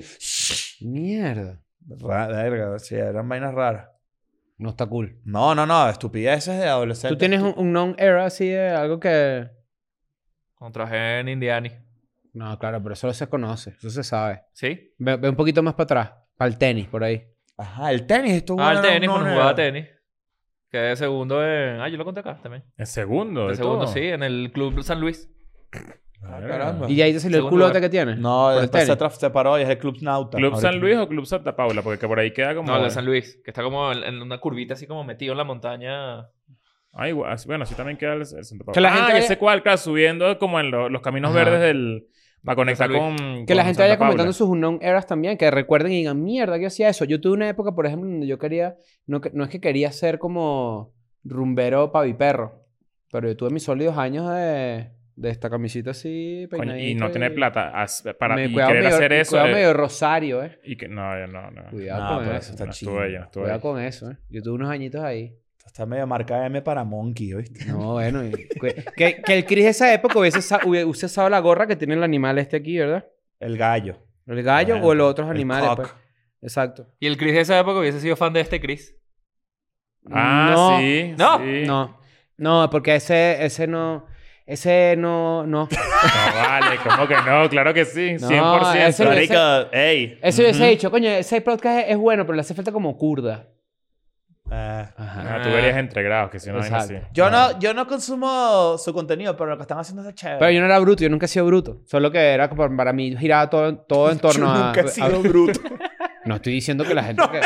B: Mierda.
A: Ra- Verga, sí, eran vainas raras.
B: No está cool.
A: No, no, no, estupideces de adolescente.
B: ¿Tú tienes un, un non-era así de algo que...?
D: Cuando trabajé en Indiana.
B: No, claro, pero eso se conoce. Eso se sabe.
D: ¿Sí?
B: Ve, ve un poquito más para atrás. Para el tenis, por ahí.
A: Ajá, el tenis, esto
D: Ah, el
A: bueno,
D: tenis,
A: no,
D: cuando
A: no
D: jugaba
A: era.
D: tenis. Quedé segundo en. Ah, yo lo conté acá también.
C: En segundo.
D: El
C: de
D: segundo,
C: todo.
D: sí, en el Club San Luis.
A: Ah,
C: Verga.
A: caramba.
B: ¿Y ahí te salió el
D: Segundo
B: culote
D: lugar.
B: que tienes?
A: No,
B: Por el
A: después se,
B: tenis.
A: tra- se paró y es el Club Nauta.
C: ¿Club
A: Ahorita.
C: San Luis o Club Santa Paula? Porque que por ahí queda como...
D: No, el de San Luis, que está como en, en una curvita así como metido en la montaña.
C: Ah, igual. así- Bueno, sí también queda el, el Santa Paula.
B: Que la
C: ah,
B: gente
C: ya
B: vaya-
C: sé cuál. Claro, subiendo como en lo- los caminos
B: Ajá.
C: verdes del... Para conectar
D: Luis.
C: con...
B: Que
C: con
B: la gente
C: Santa
B: vaya
C: Paula.
B: comentando sus non-eras también, que recuerden y digan, mierda, ¿qué hacía eso? Yo tuve una época, por ejemplo, donde yo quería, no, que- no es que quería ser como rumbero paviperro, pero yo tuve mis sólidos años de, de esta camisita así,
C: Coño,
B: peinadita.
C: y no tener plata as- para
B: Me
C: y
B: cuidaba
C: querer
B: medio-
C: hacer
B: me
C: eso.
B: cuidaba
C: eh,
B: medio rosario, ¿eh?
C: y que, no, yo no, no.
B: Cuidado
A: No,
B: con
A: pero
B: eso.
A: eso está
C: no
A: chido.
C: estuve yo, no estuve
B: Cuidado
C: yo.
B: con eso, ¿eh? Yo tuve unos añitos ahí.
A: Está medio marca M para Monkey, ¿viste?
B: No, bueno. y- que, que- que el Chris de esa época hubiese, sa- hubiese usado la gorra que tiene el animal este aquí, ¿verdad?
A: El gallo.
B: El gallo
A: Bueno,
B: o los otros
A: el
B: animales,
A: cock.
B: pues. Exacto.
D: Y el Chris de esa época hubiese sido fan de este Chris.
C: Ah,
B: No.
C: sí.
D: No.
C: sí.
B: No, no, porque ese, ese no, ese no, no.
C: No, vale, ¿cómo que no? Claro que sí,
B: No,
C: 100%.
B: eso
C: Marico,
A: Marica, ey.
B: Eso yo hubiese
A: Ujú.
B: dicho, coño, ese podcast es, es bueno, pero le hace falta como kurda.
A: Ah.
B: Ajá.
C: Ah, tú verías entre grados, que si no,
B: Exacto.
C: así.
A: Yo no, yo no consumo su contenido, pero lo que están haciendo está chévere.
B: Pero yo no era bruto, yo nunca he sido bruto. Solo que era como para mí giraba todo, todo en torno
A: Yo
B: a.
A: nunca he
B: a-
A: sido bruto.
B: No estoy diciendo que la gente. que-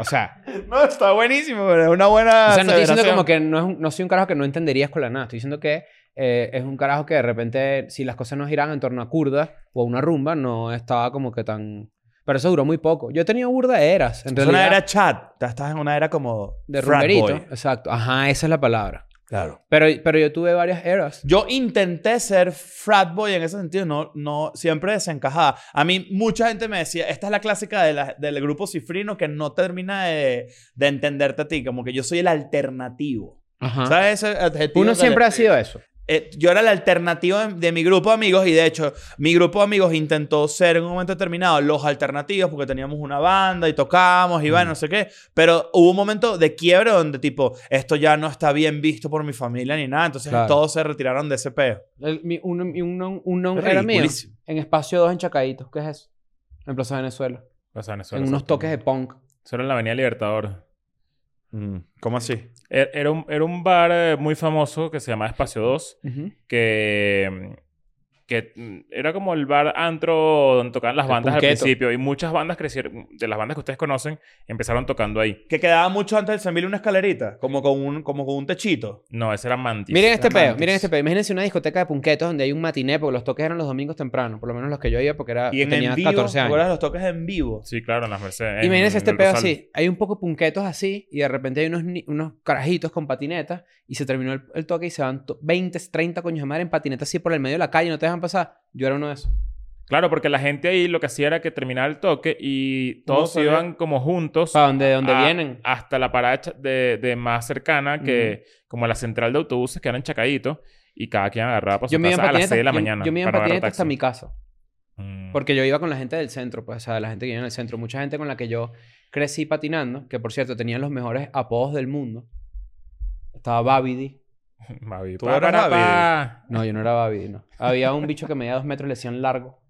B: O sea,
A: no, está buenísimo, pero es una buena.
B: o sea, no estoy diciendo
A: aseveración.
B: como que no, es un- no soy un carajo que no entendería escuela nada. Estoy diciendo que eh, es un carajo que de repente, si las cosas no giran en torno a kurdas o a una rumba, no estaba como que tan. Pero eso duró muy poco. Yo he tenido burda de eras. En
A: Es
B: realidad,
A: una era chat. Ya Estás en una era como.
B: De
A: frat
B: rumberito.
A: boy.
B: Exacto. Ajá, esa es la palabra.
A: Claro.
B: Pero, pero yo tuve varias eras.
A: Yo intenté ser frat boy en ese sentido, no, no, siempre desencajada. A mí mucha gente me decía, esta es la clásica de la- del grupo cifrino que no termina de, de entenderte a ti, como que yo soy el alternativo.
B: Ajá.
A: ¿Sabes ese adjetivo?
B: Ah. Uno
A: que
B: siempre
A: le-
B: ha sido eso.
A: eh, yo era la alternativa de, de mi grupo de amigos y de hecho mi grupo de amigos intentó ser en un momento determinado los alternativos porque teníamos una banda y tocábamos y
B: Mm.
A: bueno, no sé qué, pero hubo un momento de quiebre donde tipo, esto ya no está bien visto por mi familia ni nada, entonces
B: Claro.
A: todos se retiraron de ese peo.
B: El- mi- un, mi- un non, un non era mío.
A: Ridiculísimo.
B: En espacio 2 en Chacaitos. ¿Qué es eso? En Plaza Venezuela.
C: O sea, eso
B: en
C: era-
B: unos toques de punk.
C: Eso era en la Avenida Libertador.
A: Mm, ¿Cómo así?
C: Era era un, era un bar eh, muy famoso que se llamaba Espacio 2, que, que mm, era como el bar antro donde tocaban las
B: El
C: bandas al
B: punqueto.
C: principio. Y muchas bandas crecieron, de las bandas que ustedes conocen, empezaron tocando ahí.
A: Que quedaba mucho antes del Sambil una escalerita, como con un, como con un techito.
C: No, ese era Mantis.
B: Miren este
A: Amantes.
B: peo, miren este peo. Imagínense una discoteca de punquetos donde hay un matiné, porque los toques eran los domingos temprano, por lo menos los que yo iba, porque era,
A: Y en,
B: Ah, tenía
A: en vivo,
B: 14
A: ¿te
B: años.
A: acuerdas de los toques en vivo?
C: Sí, claro, en las Mercedes. en-
B: Imagínense
C: en
B: este
C: el
B: pedo
C: Rosal.
B: así. Hay un poco punquetos así y de repente hay unos, ni- unos carajitos con patinetas y se terminó el, el toque y se van to- 20, 30 coños de madre en patinetas así por el medio de la calle no te dejan pasar. Yo era uno de esos.
C: Claro, porque la gente ahí lo que hacía era que terminaba el toque y
A: No
C: todos se
A: sabía.
C: iban como juntos.
B: ¿Para dónde, dónde
C: a-
B: vienen?
C: Hasta la parada cha- de, de más cercana, que como la central de autobuses, que eran chacaditos, y cada quien agarraba para su
B: Yo me iba en
C: casa a las
B: patinetas.
C: 6 de la
B: yo-
C: mañana.
B: Yo, me iba en
C: para no agarrar
B: patinetas hasta
C: taxi.
B: mi casa.
C: Mm.
B: Porque yo iba con la gente del centro, pues, o sea, la gente que vive en el centro. Mucha gente con la que yo crecí patinando, que por cierto tenían los mejores apodos del mundo. Estaba Babidi,
C: Mavi,
A: Tú
C: pa,
A: eras
C: para,
A: Mavi.
C: pa.
B: No, yo no era Babi, no. Había un bicho que medía dos metros y le decían largo.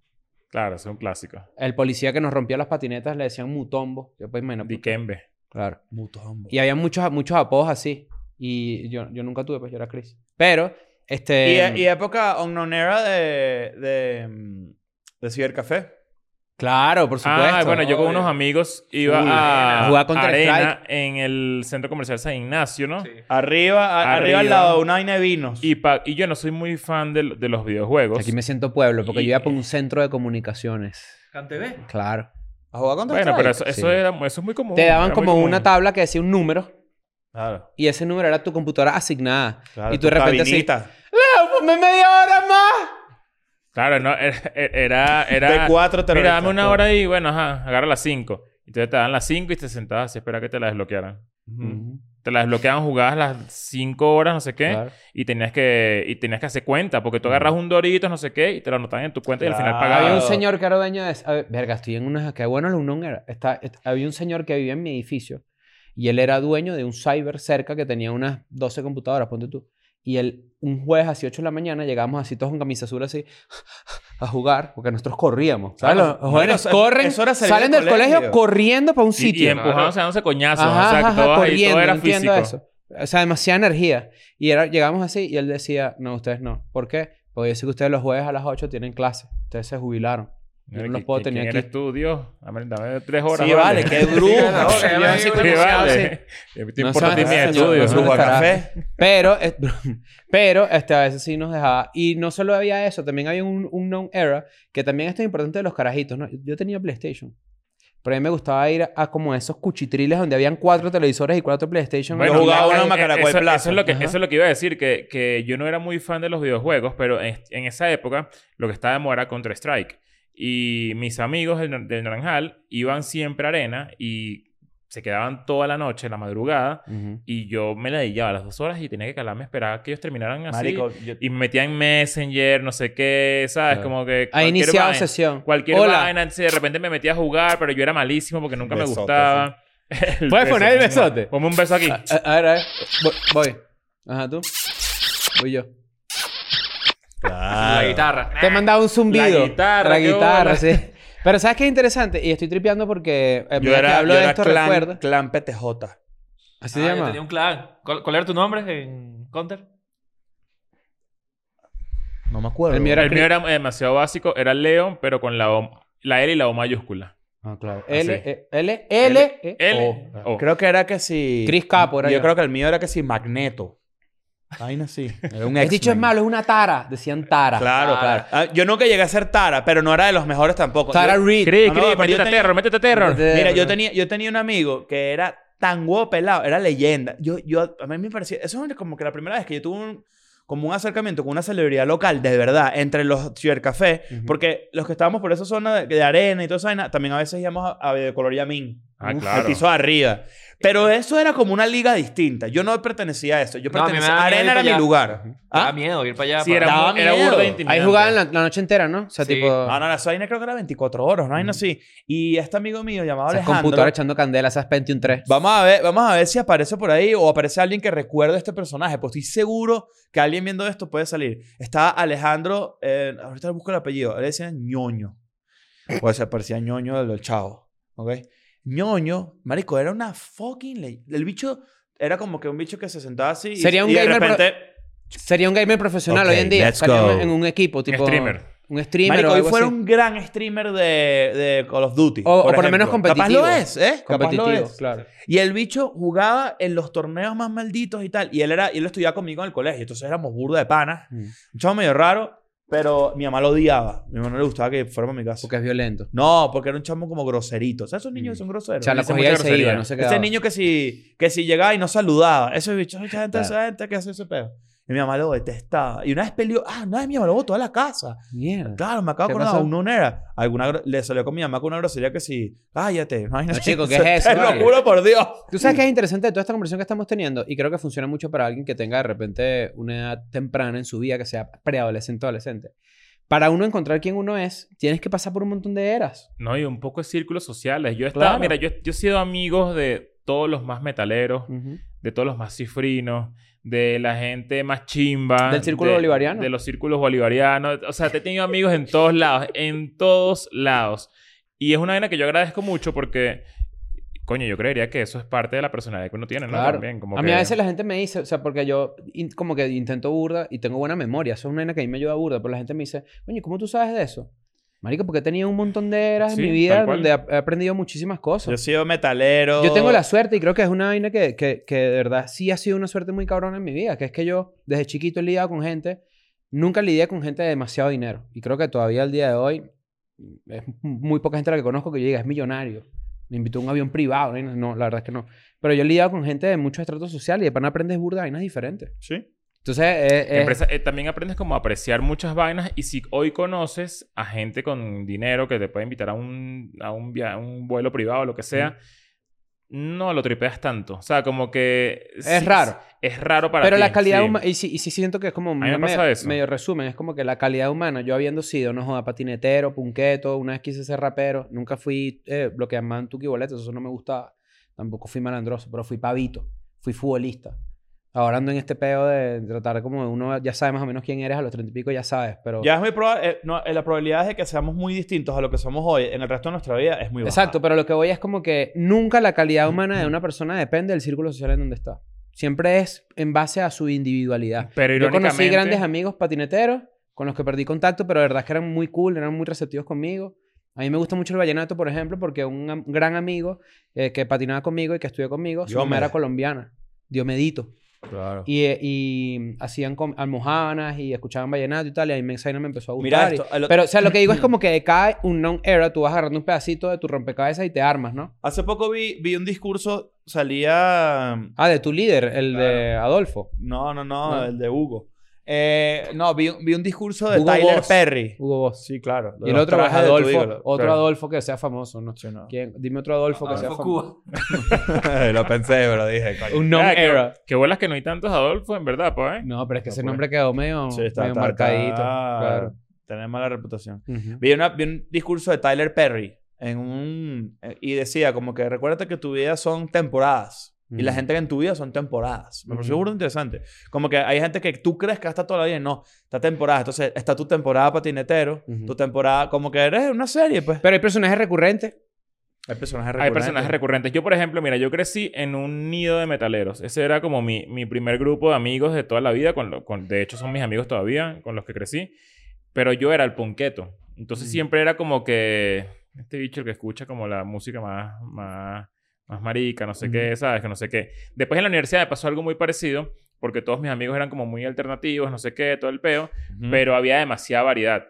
C: Claro, es un clásico.
B: El policía que nos rompía las patinetas le decían mutombo. Yo pues imagino.
C: Dikembe.
B: Claro.
A: Mutombo.
B: Y había muchos, muchos apodos así. Y yo, yo nunca tuve, pues yo era Chris. Pero,
A: Y,
B: este.
A: y época Omnonera de, de, mm, de Cibercafé.
B: Claro, por supuesto.
C: Ah, bueno, yo con
A: Obvio.
C: unos amigos iba
B: Uy,
C: a,
B: a jugar contra
C: Arena en el centro comercial San Ignacio, ¿no?
D: Sí.
A: Arriba, a- arriba,
C: Arriba.
A: al lado de una vaina de vinos.
C: Y, pa- y yo no soy muy fan de, lo- de los videojuegos.
B: Aquí me siento pueblo, porque
C: Y-
B: yo iba por un centro de comunicaciones.
D: ¿CanTV?
B: Claro.
A: ¿A jugar contra
C: Bueno, pero
A: Strike?
C: eso,
B: Sí.
C: eso, era- eso es muy común.
B: Te daban
C: era muy
B: como una
C: común.
B: tabla que decía un número.
A: Claro,
B: Y ese número era tu computadora asignada.
A: claro,
B: y tú de
A: tu
B: repente así,
A: cabinita.
C: Ah,
B: ¡Leo,
C: pues
B: ponme media hora más!
C: Claro, no, era... era, era-
A: De cuatro
C: Mira,
A: terroristas.
C: dame una hora y bueno, ajá, agarra las cinco. Entonces te dan las cinco y te sentabas así, espera que te la desbloquearan.
A: Ujú.
C: Te la desbloqueaban, jugabas las cinco horas, no sé qué.
B: Claro.
C: Y tenías que... Y tenías que hacer cuenta. Porque tú agarras un dorito, no sé qué, y te lo anotaban en tu cuenta y al final
A: Claro.
C: pagabas.
B: Había un señor que era dueño de... a ver, verga, estoy en una... Qué bueno lo unón era. Está, est- había un señor que vivía en mi edificio y él era dueño de un cyber cerca que tenía unas 12 computadoras, ponte tú. Y él, un jueves así 8 de la mañana, llegamos así todos con camisa azul así a jugar, porque nosotros corríamos. ¿Sabes?
A: Claro.
B: Los jóvenes
A: Marico, eso-
B: corren,
A: eso era salir
B: salen
A: del
B: del colegio,
A: colegio.
B: corriendo para un
C: Y- Y,
B: sitio.
C: empujándose, dándose coñazos.
B: Ajá,
C: o sea, que
B: ajá, ajá,
C: todo, ahí- todo
B: corriendo,
C: era
B: no entiendo
C: físico.
B: eso. O sea, demasiada energía. Y era, llegamos así y él decía, no, ustedes no. ¿Por qué? Porque yo sé que ustedes los jueves a las 8 tienen clase. Ustedes se jubilaron. Yo no
C: Mira,
B: los
C: ¿qui-
B: puedo
C: qui-
B: tener
C: ¿quién
B: aquí.
C: eres tú, Dios? Dame, dame tres horas.
A: Sí, vale, qué brujo.
D: claro,
A: Sí,
D: claro.
A: vale.
D: Sí,
C: Sí, vale. Te
B: No
C: importa a ti
B: sabes-
C: mi
B: no,
C: estudio.
B: no,
C: ¿no?
B: no.
A: Brujo a café.
B: Pero, es- pero este, a veces sí nos dejaba. Y no solo había eso, también había un, un known era, que también esto es importante de los carajitos, ¿no? Yo tenía PlayStation. Pero a mí me gustaba ir a, a como esos cuchitriles donde habían cuatro televisores y cuatro PlayStation.
A: Bueno, jugaba
C: la-
A: uno en
C: eh,
A: Macaracuay
C: eso,
A: Plaza.
C: Eso es, lo que,
B: Ajá.
C: eso es lo que iba a decir, que, que yo no era muy fan de los videojuegos, pero en, en esa época lo que estaba de moda era Counter-Strike. Y mis amigos del, nar- del Naranjal iban siempre a arena y se quedaban toda la noche, la madrugada.
B: Ujú.
C: Y yo me la a las dos horas y tenía que calarme, esperaba que ellos terminaran así.
A: Marico, yo-
C: Y me metía en Messenger, no sé qué, ¿sabes?
B: Claro.
C: Como que.
B: Ha
C: cualquier
B: iniciado
C: vaina.
B: sesión.
C: Cualquier
B: Hola.
C: vaina, entonces de repente me metía a jugar, pero yo era malísimo porque nunca me
A: Besote,
C: gustaba. El
B: ¿Puedes
C: beso.
B: poner el besote? Ah,
C: Ponme un beso aquí.
B: A, a- a ver, a ver. Voy. voy. Ajá, tú. Voy yo.
A: Claro.
D: La guitarra. Ah,
B: Te mandaba un zumbido.
C: La guitarra,
B: La
C: qué bola.
B: guitarra, sí. Pero ¿sabes qué es interesante? Y estoy tripeando porque... eh,
A: Yo
B: mira que
A: era,
B: hablo
A: yo
B: de
A: era
B: esto,
A: clan,
B: recuerdo.
A: clan PTJ.
B: Así se
D: Ah, yo
B: llama.
D: tenía un clan. ¿Cuál, cuál era tu nombre en Counter?
A: No me acuerdo.
B: El mío
C: el mío era demasiado básico, era Leon, pero con la O, la L y la O mayúscula.
B: Ah, claro.
C: Así.
B: L, E, L, L, E,
C: L.
B: O.
C: O.
A: Eh, Creo que era que si...
B: Chris Capo era
A: Yo
B: yo.
A: creo que el mío era que si Magneto. Vaina sí. Era un
B: El dicho es
A: X-Men.
B: malo, es una tara. Decían tara.
A: Claro, claro.
D: Tara.
A: Ah, yo nunca llegué a ser Tara, pero no era de los mejores tampoco.
B: Tara
A: Yo-
B: Reid.
C: Cri,
A: No, no,
C: cri,
A: pero yo
C: métete a
A: tenía-
C: terror, métete a terror.
B: Métete-
A: Mira, yo
B: ¿verdad?
A: tenía, yo tenía un amigo que era tan guapo pelado, era leyenda. Yo, yo, a mí me parecía, eso es como que la primera vez que yo tuve un, como un acercamiento con una celebridad local, de verdad, entre los cibercafés,
B: Ujú.
A: porque los que estábamos por esa zona de, de arena y toda esa vaina, también a veces íbamos a, a Videocolor Yamín.
C: Ah,
A: Uf,
C: claro. Eh,
A: Al piso de arriba. Pero eso era como una liga distinta. Yo no pertenecía a eso. Yo
D: No, a mí me
A: pertenecía...
D: daba miedo
A: arena
D: ir
A: era
D: para
A: mi
D: allá.
A: lugar.
D: Daba
A: ¿Ah?
D: miedo ir para allá.
C: Sí,
D: para-
C: era,
A: Daba
C: mu- era
A: miedo.
C: burda e
A: Ahí
C: intimidante.
B: Ahí jugaban la, la noche entera, ¿no? O sea,
D: Sí.
B: tipo...
A: Ah, No, no, no, esa vaina creo que era 24 horas, una vaina así. Y este amigo mío llamado
B: Esas
A: Alejandro.
B: computadoras echando candela, esas Pentium 3.
A: Vamos a, ver, vamos a ver si aparece por ahí o aparece alguien que recuerde este personaje. Pues estoy seguro que alguien viendo esto puede salir. Está Alejandro, eh, ahorita busco el apellido, le decían ñoño. O sea, parecía ñoño de los chavos. ¿Ok? ñoño, marico, era una fucking ley. El bicho era como que un bicho que se sentaba así y,
B: Sería un
A: y de
B: gamer pro-
A: repente.
B: Sería un gamer profesional
A: Ok,
B: hoy en día.
A: let's
B: Estaría
A: go.
B: en un equipo,
C: Un
B: tipo...
C: streamer.
B: Un streamer
A: Marico,
B: o
A: hoy
B: algo
A: fuera
B: así.
A: un gran streamer de, de Call of Duty.
B: O- o por lo menos
A: ejemplo.
B: competitivo.
A: Capaz lo es, ¿eh? Capaz lo
B: competitivo,
A: es.
B: claro.
A: Y el bicho jugaba en los torneos más malditos y tal. Y él era, y él estudiaba conmigo en el colegio. Entonces éramos burda de panas. Un chavo medio raro, pero mi mamá lo odiaba. Mi mamá no le gustaba que fuera para mi casa.
B: Porque es violento.
A: No, porque era un chamo como groserito. O sea, esos niños que son groseros.
B: O sea, la
C: Dice
B: cogía y
C: mucha
B: se iba,
C: grosería. Este
B: no se quedaba.
A: Ese niño que si, que si llegaba y no saludaba. Esos bichos, esa gente,
B: Claro.
A: esa gente que hace ese pedo. Y mi mamá lo detestaba. Y una vez peleó, ah, una vez mi mamá lo botó a la casa.
B: Mierda.
A: Claro, me acabo de
B: ¿Qué
A: acordar,
B: pasó?
A: aún no era. Alguna gro- le salió con mi mamá con una grosería que si, cállate. No, hay nada".
B: chico, ¿qué es eso,
A: Te lo
B: vale?
A: juro por Dios.
B: Tú sabes que es interesante de toda esta conversación que estamos teniendo y creo que funciona mucho para alguien que tenga de repente una edad temprana en su vida, que sea preadolescente o adolescente. Para uno encontrar quién uno es, tienes que pasar por un montón de eras.
C: No, y un poco de círculos sociales. Yo estaba,
B: Claro.
C: mira, yo, yo he sido amigos de todos los más metaleros, de todos los más cifrinos, de la gente más chimba.
B: Del círculo
C: de-
B: bolivariano.
C: De los círculos bolivarianos. O sea, te he tenido amigos en todos lados, en todos lados. Y es una vaina que yo agradezco mucho porque, coño, yo creería que eso es parte de la personalidad que uno tiene, ¿no?
B: Claro.
C: También, como
B: a mí
C: que-
B: a veces la gente me dice, o sea, porque yo in- como que intento burda y tengo buena memoria. Eso es una vaina que a mí me ayuda burda. Pero la gente me dice, coño, ¿cómo tú sabes de eso? Marico, porque he tenido un montón de eras
C: Sí,
B: en mi vida
C: tal cual.
B: donde he he aprendido muchísimas cosas.
A: Yo he sido metalero.
B: Yo tengo la suerte y creo que es una vaina que, que, que de verdad sí ha sido una suerte muy cabrona en mi vida, que es que yo desde chiquito he lidiado con gente, nunca lidié con gente de demasiado dinero. Y creo que todavía al día de hoy mm, es muy poca gente la que conozco que yo diga es millonario. Me invitó a un avión privado, vaina, no, la verdad es que no. Pero yo he lidiado con gente de muchos estratos sociales y de pana aprendes burda de vainas diferentes.
A: Sí.
B: Entonces, eh, eh,
C: Empresa- eh, también aprendes como a apreciar muchas vainas y si hoy conoces a gente con dinero que te puede invitar a un, a un, via- a un vuelo privado o lo que sea, no lo tripeas tanto. O sea, como que...
B: Es raro.
C: Es raro para
B: pero
C: ti,
B: la calidad
C: sí.
B: humana, y sí, y sí siento que es como
C: me
B: me-
C: pasa eso.
B: medio resumen, es como que la calidad humana, yo habiendo sido, no joda, patinetero, punqueto, una vez quise ser rapero, nunca fui eh, lo que llamaban tuki boletos, eso no me gustaba, tampoco fui malandroso, pero fui pavito, fui futbolista. Ahora ando en este pedo de tratar como de uno ya sabe más o menos quién eres a los treinta y pico, ya sabes, pero...
A: Ya es muy probable. eh, no, eh, la probabilidad de que seamos muy distintos a lo que somos hoy en el resto de nuestra vida es muy baja.
B: Exacto, pero lo que voy es como que nunca la calidad humana de una persona depende del círculo social en donde está. Siempre es en base a su individualidad.
C: Pero
B: Yo
C: irónicamente...
B: conocí grandes amigos patineteros con los que perdí contacto, pero de verdad es que eran muy cool, eran muy receptivos conmigo. A mí me gusta mucho el vallenato, por ejemplo, porque un am- gran amigo eh, que patinaba conmigo y que estudió conmigo, su mamá
A: Diomedes.
B: era colombiana, Diomedito.
A: Claro.
B: Y, eh, y hacían com- almojadas y escuchaban vallenato y tal, y a mí me, esa vaina me empezó a
A: Mira
B: gustar. y-
A: esto. el otro-
B: Pero, o sea, lo que digo es como que de cada un non-era tú vas agarrando un pedacito de tu rompecabezas y te armas, ¿no?
A: Hace poco vi, vi un discurso, salía.
B: Ah, de tu líder, el de Adolfo.
A: No, no, no,
B: No.
A: el de Hugo. Eh, no, vi, vi un discurso de
B: Hugo
A: Tyler
B: Boss.
A: Perry.
B: Hubo vos.
A: Sí, claro.
B: Y el otro es Adolfo, otro
A: Adolfo.
B: Adolfo que sea famoso, ¿no?
A: Sí, no.
B: ¿Quién? Dime otro Adolfo que sea
D: Adolfo
B: famoso.
D: Cuba.
A: Lo pensé, pero dije, coño.
B: Un
C: Ah, qué-
B: non-era.
C: Qué bolas que no hay tantos Adolfo, en verdad, pues. ¿eh?
B: No, pero es que ese
A: pues.
B: nombre quedó medio,
A: Sí, está,
B: medio
A: está-
B: marcadito.
A: está-
B: Claro.
A: Tener mala reputación. Vi, una- vi un discurso de Tyler Perry en un, eh, y decía como que recuérdate que tu vida son temporadas. Y la
B: Ujú.
A: gente que en tu vida son temporadas. Me pareció
B: Ujú.
A: burda interesante. Como que hay gente que tú crees que está toda la vida y no, está temporada. Entonces, está tu temporada patinetero,
B: Ujú.
A: tu temporada, como que eres una serie, pues.
B: Pero hay personajes recurrentes.
A: Hay personajes
C: Hay
A: recurrentes.
C: personajes recurrentes. Yo, por ejemplo, mira, yo crecí en un nido de metaleros. Ese era como mi, mi primer grupo de amigos de toda la vida. Con lo- con- de hecho, son mis amigos todavía con los que crecí. Pero yo era el ponqueto. Entonces
B: Mm.
C: siempre era como que este bicho el que escucha como la música más, más, más marica, no sé qué, ¿sabes? Que no sé qué. Después en la universidad me pasó algo muy parecido porque todos mis amigos eran como muy alternativos, no sé qué, todo el peo.
A: Ujú.
C: Pero había demasiada variedad.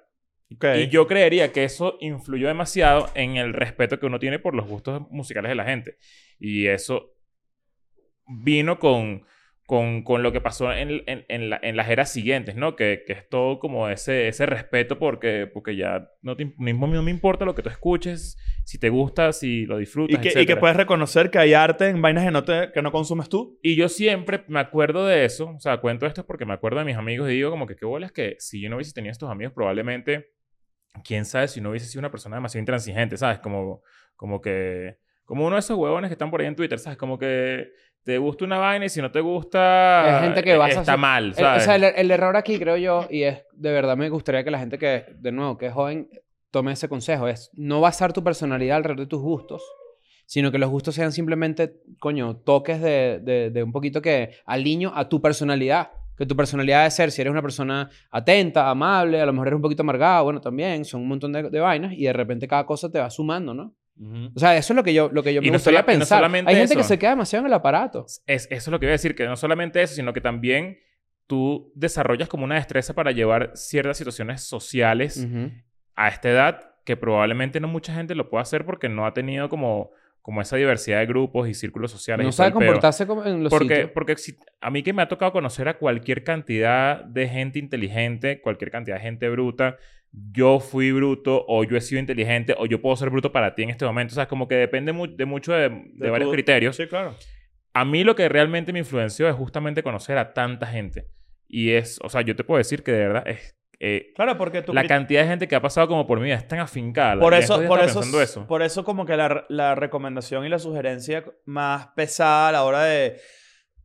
A: Ok.
C: Y yo creería que eso influyó demasiado en el respeto que uno tiene por los gustos musicales de la gente. Y eso vino con, con, con lo que pasó en, en, en la- en las eras siguientes, ¿no? Que, que es todo como ese, ese respeto porque, porque ya no, te, mismo, no me importa lo que tú escuches, si te gusta, si lo
A: Y
C: disfrutas,
A: que, y que
C: etcétera.
A: puedes reconocer que hay arte en vainas que no, te- que no consumes tú.
C: Y yo siempre me acuerdo de eso, o sea, cuento esto porque me acuerdo de mis amigos y digo como que qué bolas que si yo no hubiese tenido estos amigos probablemente, quién sabe si no hubiese sido una persona demasiado intransigente, ¿sabes? Como, como que, como uno de esos huevones que están por ahí en Twitter, ¿sabes? Como que te gusta una vaina y si no te gusta, e,
B: Hay gente que basa
C: está
B: su-
C: mal,
B: El, o
C: ¿sabes?
B: sea, el, el error aquí, creo yo, y es de verdad me gustaría que la gente que, de nuevo, que es joven, tome ese consejo: es no basar tu personalidad alrededor de tus gustos, sino que los gustos sean simplemente, coño, toques de, de- de un poquito que aliño a tu personalidad. Que tu personalidad de ser, si eres una persona atenta, amable, a lo mejor eres un poquito amargada, bueno, también, son un montón de, de vainas y de repente cada cosa te va sumando, ¿no? O sea, eso es lo que yo, lo que yo me
C: Y no
B: gustaría
C: sola- y no
B: pensar.
C: solamente
B: Hay gente que
C: eso.
B: se queda demasiado en el aparato.
C: Es- eso es lo que voy a decir, que no solamente eso, sino que también tú desarrollas como una destreza para llevar ciertas situaciones sociales
B: Ujú.
C: a esta edad que probablemente no mucha gente lo pueda hacer porque no ha tenido como, como esa diversidad de grupos y círculos sociales.
B: No
C: y todo
B: sabe
C: el peo.
B: comportarse como en los
C: Porque,
B: sitios.
C: porque si- a mí que me ha tocado conocer a cualquier cantidad de gente inteligente, cualquier cantidad de gente bruta, yo fui bruto o yo he sido inteligente o yo puedo ser bruto para ti en este momento. O sea, como que depende mu- de mucho de, de
A: De
C: varios
A: tu-
C: criterios.
A: Sí, claro.
C: A mí lo que realmente me influenció es justamente conocer a tanta gente. Y es, o sea, yo te puedo decir que de verdad es... eh,
A: Claro, porque tú...
C: la cantidad de gente que ha pasado como por mí es tan afincada.
A: Por
C: Ya
A: eso,
C: estos días
A: por
C: estaba
A: eso,
C: pensando eso.
A: por eso como que la, la recomendación y la sugerencia más pesada a la hora de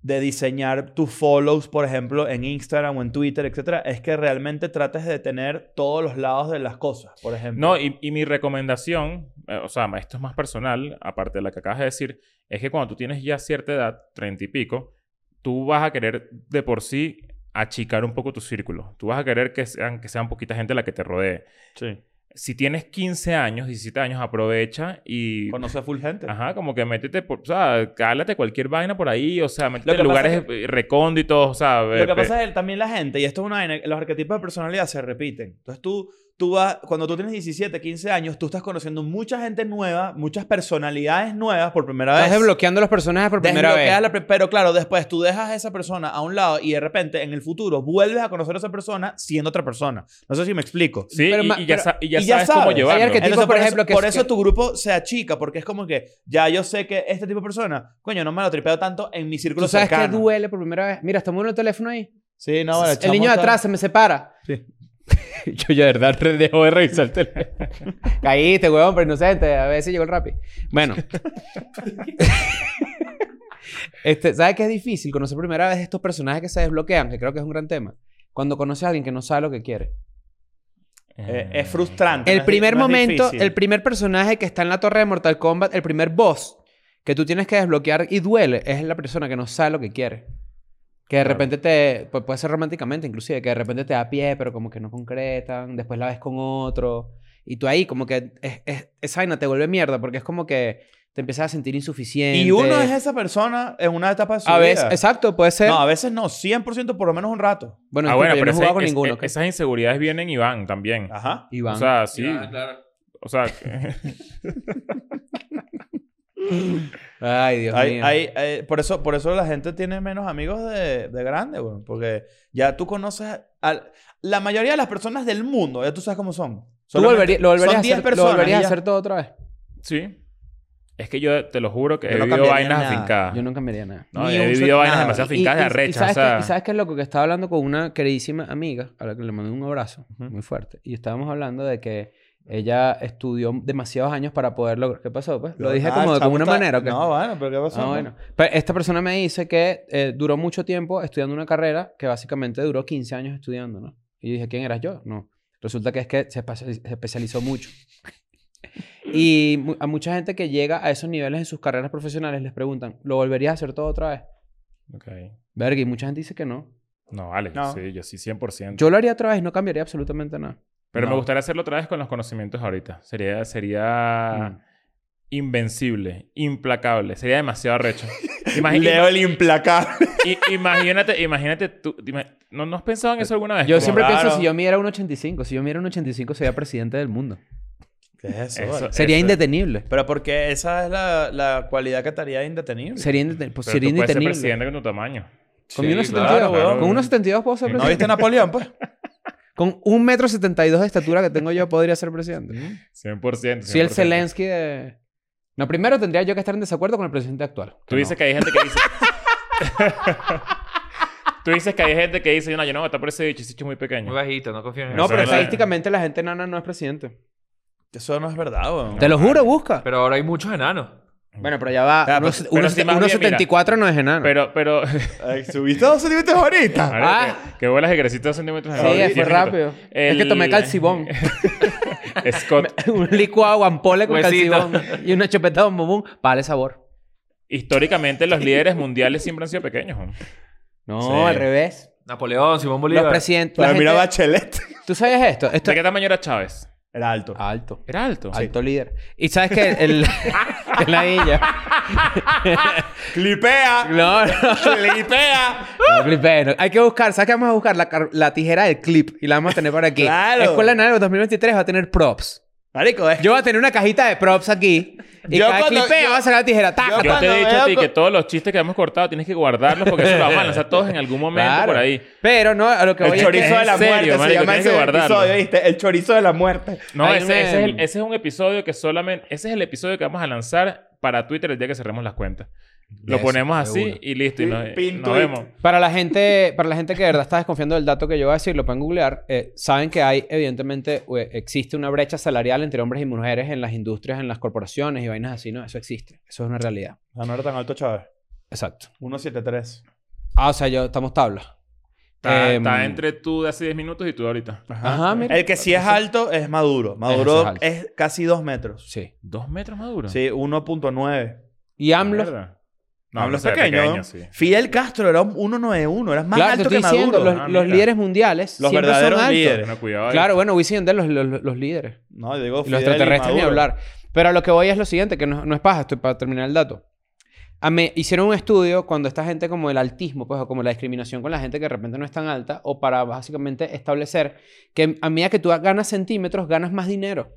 A: de diseñar tus follows, por ejemplo, en Instagram o en Twitter, etcétera, es que realmente trates de tener todos los lados de las cosas, por ejemplo.
C: No, y, y mi recomendación, eh, o sea, ma- esto es más personal, aparte de la que acabas de decir, es que cuando tú tienes ya cierta edad, treinta y pico, tú vas a querer de por sí achicar un poco tu círculo. Tú vas a querer que sean, que sean poquita gente la que te rodee.
A: sí.
C: Si tienes 15 años, 17 años, aprovecha y...
A: Conoce full gente.
C: Ajá, como que métete, por, o sea, cálate cualquier vaina por ahí, o sea, métete
A: Lo que
C: en
A: pasa
C: lugares eh, recónditos, o sea... eh,
A: Lo que pasa es que también la gente, y esto es una vaina, los arquetipos de personalidad se repiten. Entonces tú, tú vas, cuando tú tienes 17, 15 años, tú estás conociendo mucha gente nueva, muchas personalidades nuevas por primera vez.
B: Estás desbloqueando los personajes por primera
A: Desbloqueas
B: vez.
A: la pre- pero claro, después tú dejas a esa persona a un lado y de repente en el futuro vuelves a conocer a esa persona siendo otra persona. No sé si me explico.
C: Sí,
B: Pero
C: y,
B: ma-
C: y ya
B: pero-
C: sa- y ya
A: y ya
C: sabes
A: sabes,
C: cómo
A: hay
C: llevarlo.
B: arquetipos,
A: Entonces,
B: por
A: eso-
B: ejemplo, que-
A: por eso
B: que-
A: tu grupo se achica, porque es como que ya yo sé que este tipo de persona, coño, no me lo tripeo tanto en mi
B: ¿Tú
A: círculo
B: sabes que
A: cercano.
B: duele por primera vez? Mira, estamos en el teléfono ahí.
A: Sí, no, bueno,
B: el
A: chamo
B: niño de
A: está-
B: atrás se me separa.
A: Sí.
B: Yo ya de verdad re- dejo de revisar el teléfono. Caíste, huevón, pero inocente. A ver si llegó el rapi. Bueno. este, ¿Sabes qué es difícil? Conocer por primera vez estos personajes que se desbloquean, que creo que es un gran tema. Cuando conoces a alguien que no sabe lo que quiere.
A: Eh, es
C: Ah,
A: frustrante. no
B: El
A: es di-
B: primer
A: no es
B: momento,
A: difícil.
B: el primer personaje que está en la torre de Mortal Kombat, el primer boss que tú tienes que desbloquear y duele, es la persona que no sabe lo que quiere. Que de
C: Claro.
B: repente te... pu- Puede ser románticamente, inclusive. Que de repente te da pie, pero como que no concretan. Después la ves con otro. Y tú ahí como que... Es, es- esa vaina te vuelve mierda porque es como que te empiezas a sentir insuficiente.
A: Y uno es esa persona en una etapa de su
B: A
A: vida.
B: veces... Exacto, puede ser...
A: No, a veces no, 100% por lo menos un rato.
B: bueno,
C: Ah,
B: disculpa,
C: bueno,
B: yo
C: pero
B: no he jugado
C: esa-
B: con
C: es-
B: ninguno.
C: es- esas inseguridades vienen y van
B: Ah,
C: también.
A: Ajá.
B: Iván.
C: O sea, sí.
D: Ah, claro.
C: O sea, que-
B: Ay, Dios
A: Hay-
B: mío.
A: hay- eh, por, eso, por eso la gente tiene menos amigos de, de grande, güey. Porque ya tú conoces a la mayoría de las personas del mundo, ya tú sabes cómo son.
B: ¿Tú
A: Solamente-
B: volverías- lo
A: son
B: volverías, a
A: 10
B: hacer, lo
A: personas
B: volverías
A: y
B: a
A: ya.
B: hacer todo otra vez?
C: sí. Es que yo te lo juro que
A: Yo
C: he
A: no
C: vivido
A: cambiaría
C: vainas
A: nada.
C: afincadas.
B: Yo no cambiaría nada.
C: No,
A: Ni
C: he
A: un
C: vivido
A: sol-
C: vainas
A: nada.
C: demasiado
B: Y-
C: fincadas
B: y-
C: Ah. de
B: y- ¿sabes,
C: arrecha. o sea,
B: qué, y sabes qué es lo que estaba hablando con una queridísima amiga, a la que le mandé un abrazo
A: Ujú.
B: muy fuerte, y estábamos hablando de que ella estudió demasiados años para poder lograr. ¿Qué pasó? Pues? Lo dije
A: Ah,
B: como de
A: chamo,
B: como una
A: está-
B: manera. ¿o qué?
A: No, bueno, pero ¿qué pasó?
B: Ah, bueno. Pero esta persona me dice que eh, duró mucho tiempo estudiando una carrera que básicamente duró 15 años estudiando, ¿no? Y yo dije, ¿quién eras yo? No. Resulta que es que se, espe- se especializó mucho. Y mu- a mucha gente que llega a esos niveles en sus carreras profesionales les preguntan, ¿lo volverías a hacer todo otra vez?
C: ok.
B: Verga, y mucha gente dice que no.
C: No, vale.
A: No.
C: Sí, yo sí 100%.
B: Yo lo haría otra vez, no cambiaría absolutamente nada.
C: Pero me
A: No.
C: gustaría hacerlo otra vez con los conocimientos ahorita. Sería,
B: Mm.
C: sería invencible, implacable. Sería demasiado arrecho. Imagi-
A: Leo el implacable.
C: i- imagínate, imagínate tú. ima- ¿No, no has pensado en eso alguna vez?
B: Yo
C: Como-
B: siempre
A: raro.
B: pienso, si yo midiera un 85, si yo midiera un 85 sería presidente del mundo.
A: ¿Qué es eso?
C: Eso-
A: vale?
B: Sería
C: Eso.
B: indetenible.
A: Pero porque esa es la, la cualidad que estaría indetenible.
B: Sería, indete- pues,
C: Pero
B: sería
C: tú puedes ser
B: indetenible.
C: presidente con tu tamaño.
B: Con
D: Sí,
B: 1,72.
D: claro,
A: claro.
B: Con 1,72 puedo ser
C: ¿No
A: ¿No
B: presidente.
A: viste a Napoleón, pues?
B: Con 1,72 metro setenta y dos de estatura que tengo yo podría ser
C: Mm.
B: presidente.
C: 100%. 100%.
B: Soy el Zelensky de... No, primero tendría yo que estar en desacuerdo con el presidente actual.
C: Tú dices que hay gente que dice. Tú dices que hay gente que dice, no, yo no voy a votar por ese bicho, ese bicho es muy pequeño.
D: Muy bajito, no confío en él.
B: No,
C: Eso
B: pero
C: es la-
B: estadísticamente la gente nana no es presidente.
A: Eso no es verdad, weón.
B: Te lo juro, busca.
D: Pero ahora hay muchos enanos.
B: Bueno, pero ya va.
A: Claro,
B: unos-
A: pero-
C: pero
B: unos-
C: si más bien,
B: 1,74 no es enano.
C: Pero, pero.
A: Ay, Subiste dos centímetros ahorita.
C: Ahora
B: Ah.
C: que- Que bolas ejerciste dos centímetros
B: Sí,
C: en el-
B: fue
C: diez minutos.
B: rápido.
C: El-
B: Es que tomé calcibón.
C: Scott,
B: un licuado guampole con
D: Huesito.
B: calcibón. Y una chupeta de bombón. Para el sabor.
C: históricamente los líderes mundiales siempre han sido pequeños. ¿no?
B: No,
C: Sí.
B: al revés.
D: Napoleón, Simón
B: Los
D: Bolívar.
B: presidentes... la
A: Pero mira
B: gente-
A: Bachelet.
B: ¿Tú sabes esto? Esto
C: ¿De qué tamaño era Chávez?
A: Era alto.
B: Alto.
C: Era alto.
B: Alto líder. Y sabes que el. el la
A: Clipea.
B: No, no.
A: Clipea.
B: No, clipé, no. Hay que buscar, ¿sabes qué vamos a buscar? La, car- la tijera del clip y la vamos a tener por aquí.
A: Claro.
B: Escuela Naval 2023 va a tener props.
A: Marico, es
B: Yo voy a tener una cajita de props aquí. Y
A: Yo
B: cada
A: cuando-
B: clipeo
A: yo-
B: va a sacar la tijera. ¡Taca!
A: yo-
C: Yo te
A: Cuando
C: he dicho a ti
A: veo co-
C: que todos los chistes que hemos cortado tienes que guardarlos porque eso lo vamos a lanzar todos en algún momento
B: Claro.
C: por ahí.
B: Pero no, a lo que voy
A: el
B: es
A: chorizo
B: que-
A: de la
C: en serio,
A: muerte.
C: marico,
A: se llama
C: tienes que
A: ese
C: guardarlo.
A: episodio, ¿viste? El chorizo de la muerte.
C: No,
B: Hay
C: ese,
B: una-
C: ese es el- ese es un episodio que solamente. Ese es el episodio que vamos a lanzar para Twitter el día que cerremos las cuentas. Lo
B: Eso,
C: ponemos así
B: seguro.
C: y listo. Y
A: Pin-
C: nos,
A: pin
C: nos
A: tweet.
C: vemos.
B: Para la gente, para la gente que de verdad está desconfiando del dato que yo voy a decir, lo pueden googlear. Eh, saben que hay, evidentemente, eh, existe una brecha salarial entre hombres y mujeres en las industrias, en las corporaciones y vainas así, ¿no? Eso existe. Eso es una realidad.
A: Ah, no era tan alto, Chávez.
B: Exacto.
A: 173.
B: Ah, o sea, yo estamos tabla.
C: Está,
B: Em,
C: está entre Eh, tú de hace 10 minutos y tú de ahorita.
B: Ajá, mira.
A: El que sí es alto es Maduro. Maduro
B: alto.
A: es, casi 2 metros.
B: Sí.
C: ¿Dos metros maduro?
A: Sí, 1.9.
B: Y AMLO.
C: Mierda.
A: No,
C: No, hablo
A: es pequeño.
C: pequeño, sí.
A: Fidel Castro era un 1.91. Era más
B: claro,
A: alto
B: te estoy
A: que Maduro.
B: diciendo, los,
C: Ah,
B: los
C: mira.
B: líderes mundiales
A: Los
B: siempre
A: verdaderos
B: son altos.
A: líderes.
C: Bueno, cuidado. ahí.
B: Claro, bueno, Wisin y Yandel, los, los, los líderes.
A: No, yo digo
B: Y
A: Fidel
B: los
A: y
B: extraterrestres ni
A: Maduro.
B: hablar. Pero a lo que voy es lo siguiente, que no, no es paja, estoy para terminar el dato. A me, hicieron un estudio cuando esta gente como el altismo, pues, o como la discriminación con la gente que de repente no es tan alta, o para básicamente establecer que a medida que tú ganas centímetros, ganas más dinero.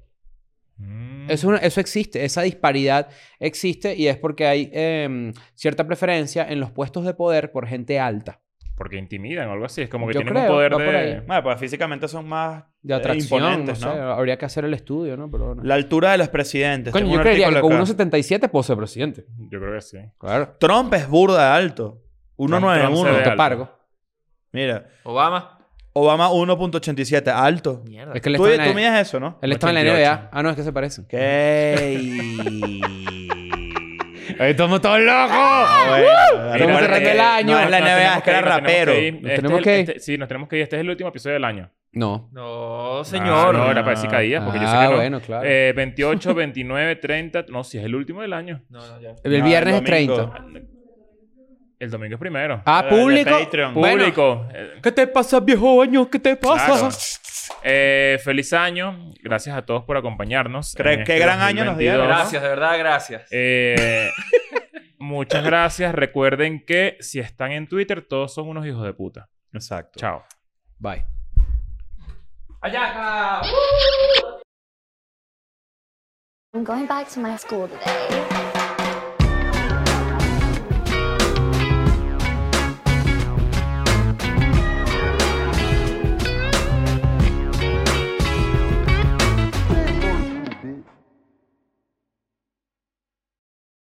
C: Mm.
B: Eso, es una- eso existe, esa disparidad existe y es porque hay em, cierta preferencia en los puestos de poder por gente alta.
C: Porque intimidan o algo así. Es como que
B: Yo
C: tienen
B: creo,
C: un poder
B: va por
C: de...
A: Bueno, pues físicamente son más
B: De
A: eh,
B: atracción, no
A: imponentes,
B: sé,
A: ¿no?
B: habría que hacer el estudio, ¿no? Pero bueno.
A: La altura de los presidentes.
B: Coño,
A: Tengo
B: yo
A: un
B: creería que
A: artículo
B: con
A: acá.
B: 1,77 puedo ser presidente.
C: Yo creo que sí.
B: Claro.
A: Trump es burda de alto.
C: Trump se ve
A: 1.91.
C: alto.
B: Pargo.
A: Mira.
D: Obama.
A: Obama 1.87. Alto.
D: Mierda.
B: Es que él
A: Tú,
B: estaba en
A: tú
B: la,
A: mides eso, ¿no?
B: él estaba en la
C: 88.
B: NBA. Ah, no, es que se parecen.
A: ¿Qué?
B: ¡Estamos todos locos!
A: Ah, bueno,
C: Mira, eh,
A: recuerda
B: cerrando
A: que-
B: el año.
A: No, es la
C: nos
A: NBA, es
C: tenemos
A: que era
C: ir, nos tenemos
A: rapero.
C: que ir.
B: Nos
C: Este es
B: tenemos
C: el-
B: que ir.
C: este- sí, nos tenemos que ir. Este es el último episodio del año.
B: No.
D: No,
C: Ah,
D: señor.
C: no, era para decir caídas, porque yo sé
B: Ah,
C: que no.
B: bueno, claro.
C: Eh, 28, 29, 30. No, si es el último del año.
D: No, no, ya.
B: el
A: no,
B: viernes
A: el
B: es
A: domingo.
B: 30.
C: El domingo es primero.
B: Ah,
A: Para
B: público.
A: el de Patreon.
B: Bueno.
C: Público. Eh,
B: ¿Qué te pasa, viejo año? ¿Qué te pasa?
C: Claro. Eh, feliz año. Gracias a todos por acompañarnos.
A: Cre-
C: en este
A: qué gran año nos dieron, ¿no?
D: Gracias, de verdad, gracias.
C: Eh, muchas gracias. Recuerden que si están en Twitter, todos son unos hijos de puta.
A: Exacto.
C: Chao.
B: Bye.
D: ¡Ayaca!
E: I'm going back to my school today.